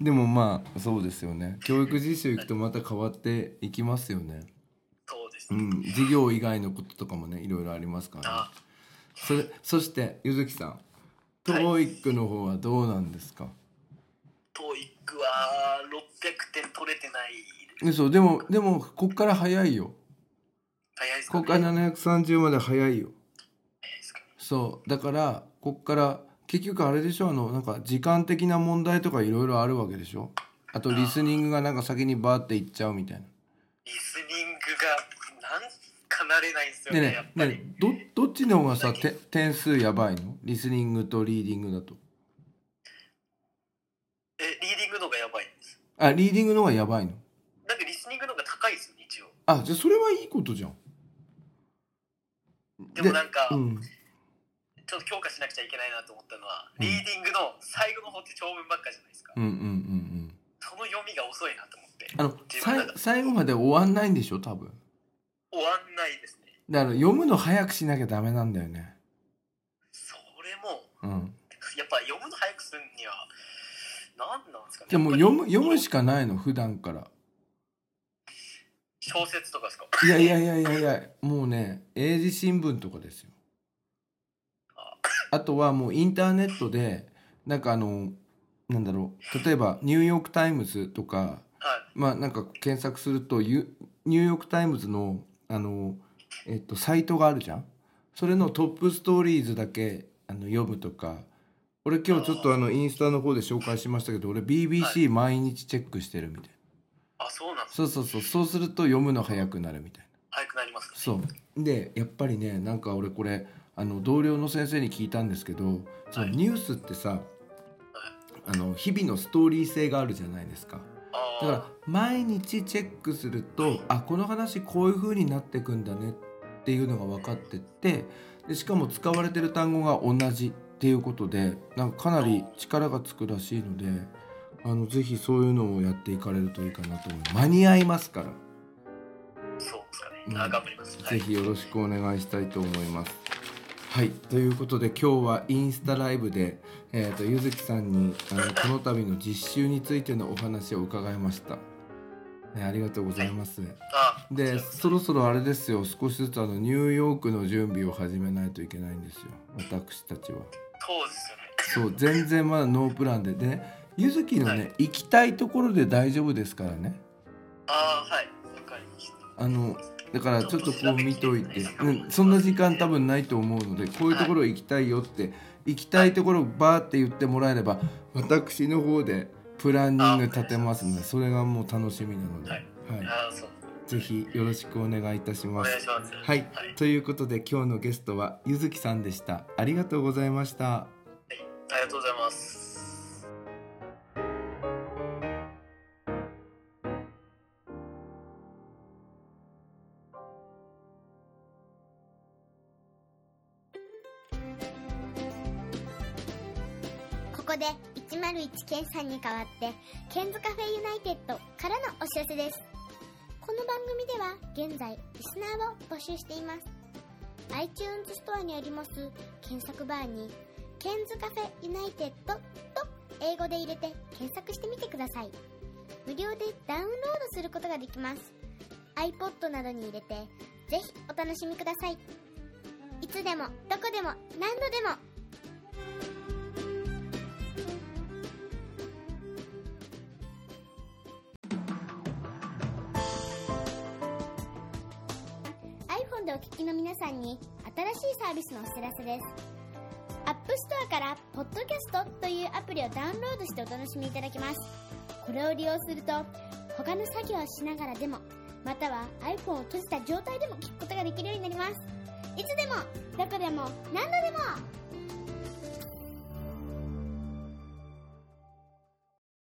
Speaker 2: でもまあそうですよね教育実習行くとまた変わっていきますよね
Speaker 3: そうです
Speaker 2: う
Speaker 3: ね、
Speaker 2: ん授業以外のこととかもねいろいろありますから、ね、
Speaker 3: あ
Speaker 2: それそしてゆずきさん
Speaker 3: はい
Speaker 2: TOEIC の方はどうなんですか、
Speaker 3: トイックは600点取れてない
Speaker 2: そうでもでもこっから早いよ
Speaker 3: 早いです
Speaker 2: こ
Speaker 3: か、
Speaker 2: っ
Speaker 3: ね、
Speaker 2: から730まで早いよ
Speaker 3: 早いですかね
Speaker 2: そうだからこっから結局あれでしょあのなんか時間的な問題とかいろいろあるわけでしょあとリスニングがなんか先にバーっていっちゃうみたいな
Speaker 3: リスニングがなんかなれないんですよ
Speaker 2: で
Speaker 3: ね
Speaker 2: ね
Speaker 3: やっぱり、
Speaker 2: ねどどっちの方がさて点数やばいのリスニングとリーディングだと
Speaker 3: えリーディングの方がやばいんです
Speaker 2: あリーディングの方がやばいの
Speaker 3: なんかリスニングの方が高いですよね一応
Speaker 2: あじゃあそれはいいことじゃん
Speaker 3: でもなんか
Speaker 2: うん、
Speaker 3: ちょっと強化しなくちゃいけないなと思ったのは、リーディングの最後の方って長文ばっかじゃないですか、
Speaker 2: うんうんうんうん
Speaker 3: その読みが遅いなと思って
Speaker 2: あの
Speaker 3: 自
Speaker 2: さい
Speaker 3: 分の中で
Speaker 2: 最後まで終わんないんでしょ多分
Speaker 3: 終わんないですね
Speaker 2: だから読むの早くしなきゃダメなんだよね
Speaker 3: それも
Speaker 2: うん
Speaker 3: やっぱ読むの早くするには何なんですかね
Speaker 2: じゃあもう読む読むし
Speaker 3: か
Speaker 2: かないの普段から
Speaker 3: 小説とかですか
Speaker 2: いやいやいやいやいやもうね英字新聞とかですよ
Speaker 3: あ
Speaker 2: あとはもうインターネットでなんかあのなんだろう例えば「ニューヨーク・タイムズ」とか
Speaker 3: はい
Speaker 2: まあなんか検索するとゆニューヨーク・タイムズのあの、えっと、サイトがあるじゃんそれのトップストーリーズだけあの読むとか俺今日ちょっとあのインスタの方で紹介しましたけど俺 BBC 毎日チェックしてるみたいな、
Speaker 3: あそうなんです
Speaker 2: そうそうそうそうすると読むの早くなるみたいな
Speaker 3: 早くなりますか、ね、
Speaker 2: そうでやっぱりねなんか俺これあの同僚の先生に聞いたんですけどその
Speaker 3: はい
Speaker 2: ニュースってさあの日々のストーリー性があるじゃないですか
Speaker 3: あ
Speaker 2: だから毎日チェックするとあこの話こういう風になってくんだねっていうのが分かってってでしかも使われてる単語が同じっていうことでなんかかなり力がつくらしいのであのぜひそういうのをやっていかれるといいかなと思います間に合いますから
Speaker 3: らそうですかね、
Speaker 2: うん
Speaker 3: あ頑張りますは
Speaker 2: ぜ
Speaker 3: い
Speaker 2: ひよろしくお願いしたいと思います。はい、ということで今日はインスタライブで、えー、とゆずきさんにあのこの度の実習についてのお話を伺いました。ね、ありがとうございます。
Speaker 3: あ
Speaker 2: で
Speaker 3: こちらこそ
Speaker 2: そろそろあれですよ少しずつあのニューヨークの準備を始めないといけないんですよ私たちは。
Speaker 3: そうですよね
Speaker 2: そう全然まだノープランででねゆずきのね、
Speaker 3: はい
Speaker 2: 行きたいところで大丈夫ですからね。
Speaker 3: ああはいわかりました
Speaker 2: あのだからちょっとこう見といて、うん、そんな時間多分ないと思うのでこういうところ行きたいよって行きたいところをバーって言ってもらえれば私の方でプランニング立てますのでそれがもう楽しみなので、は
Speaker 3: はいいああそう
Speaker 2: ぜひよろしくお願いいたし
Speaker 3: お
Speaker 2: ます
Speaker 3: 願い。します
Speaker 2: はい
Speaker 3: はい、
Speaker 2: ということで今日のゲストはゆずきさんでしたありがとうございました。
Speaker 3: ありがとうございます
Speaker 1: ここで101ケンさんに代わってケンズカフェユナイテッドからのお知らせですこの番組では現在リスナーを募集しています iTunes ストアにあります検索バーに「ケンズカフェユナイテッド」と英語で入れて検索してみてください無料でダウンロードすることができます iPod などに入れてぜひお楽しみくださいいつでもどこでも何度でもiPhone でお聞きの皆さんに新しいサービスのお知らせです App Store から「Podcast」というアプリをダウンロードしてお楽しみいただけますこれを利用すると他の作業をしながらでもまたは iPhone を閉じた状態でも聞くことができるようになりますいつでもどこでも何度でも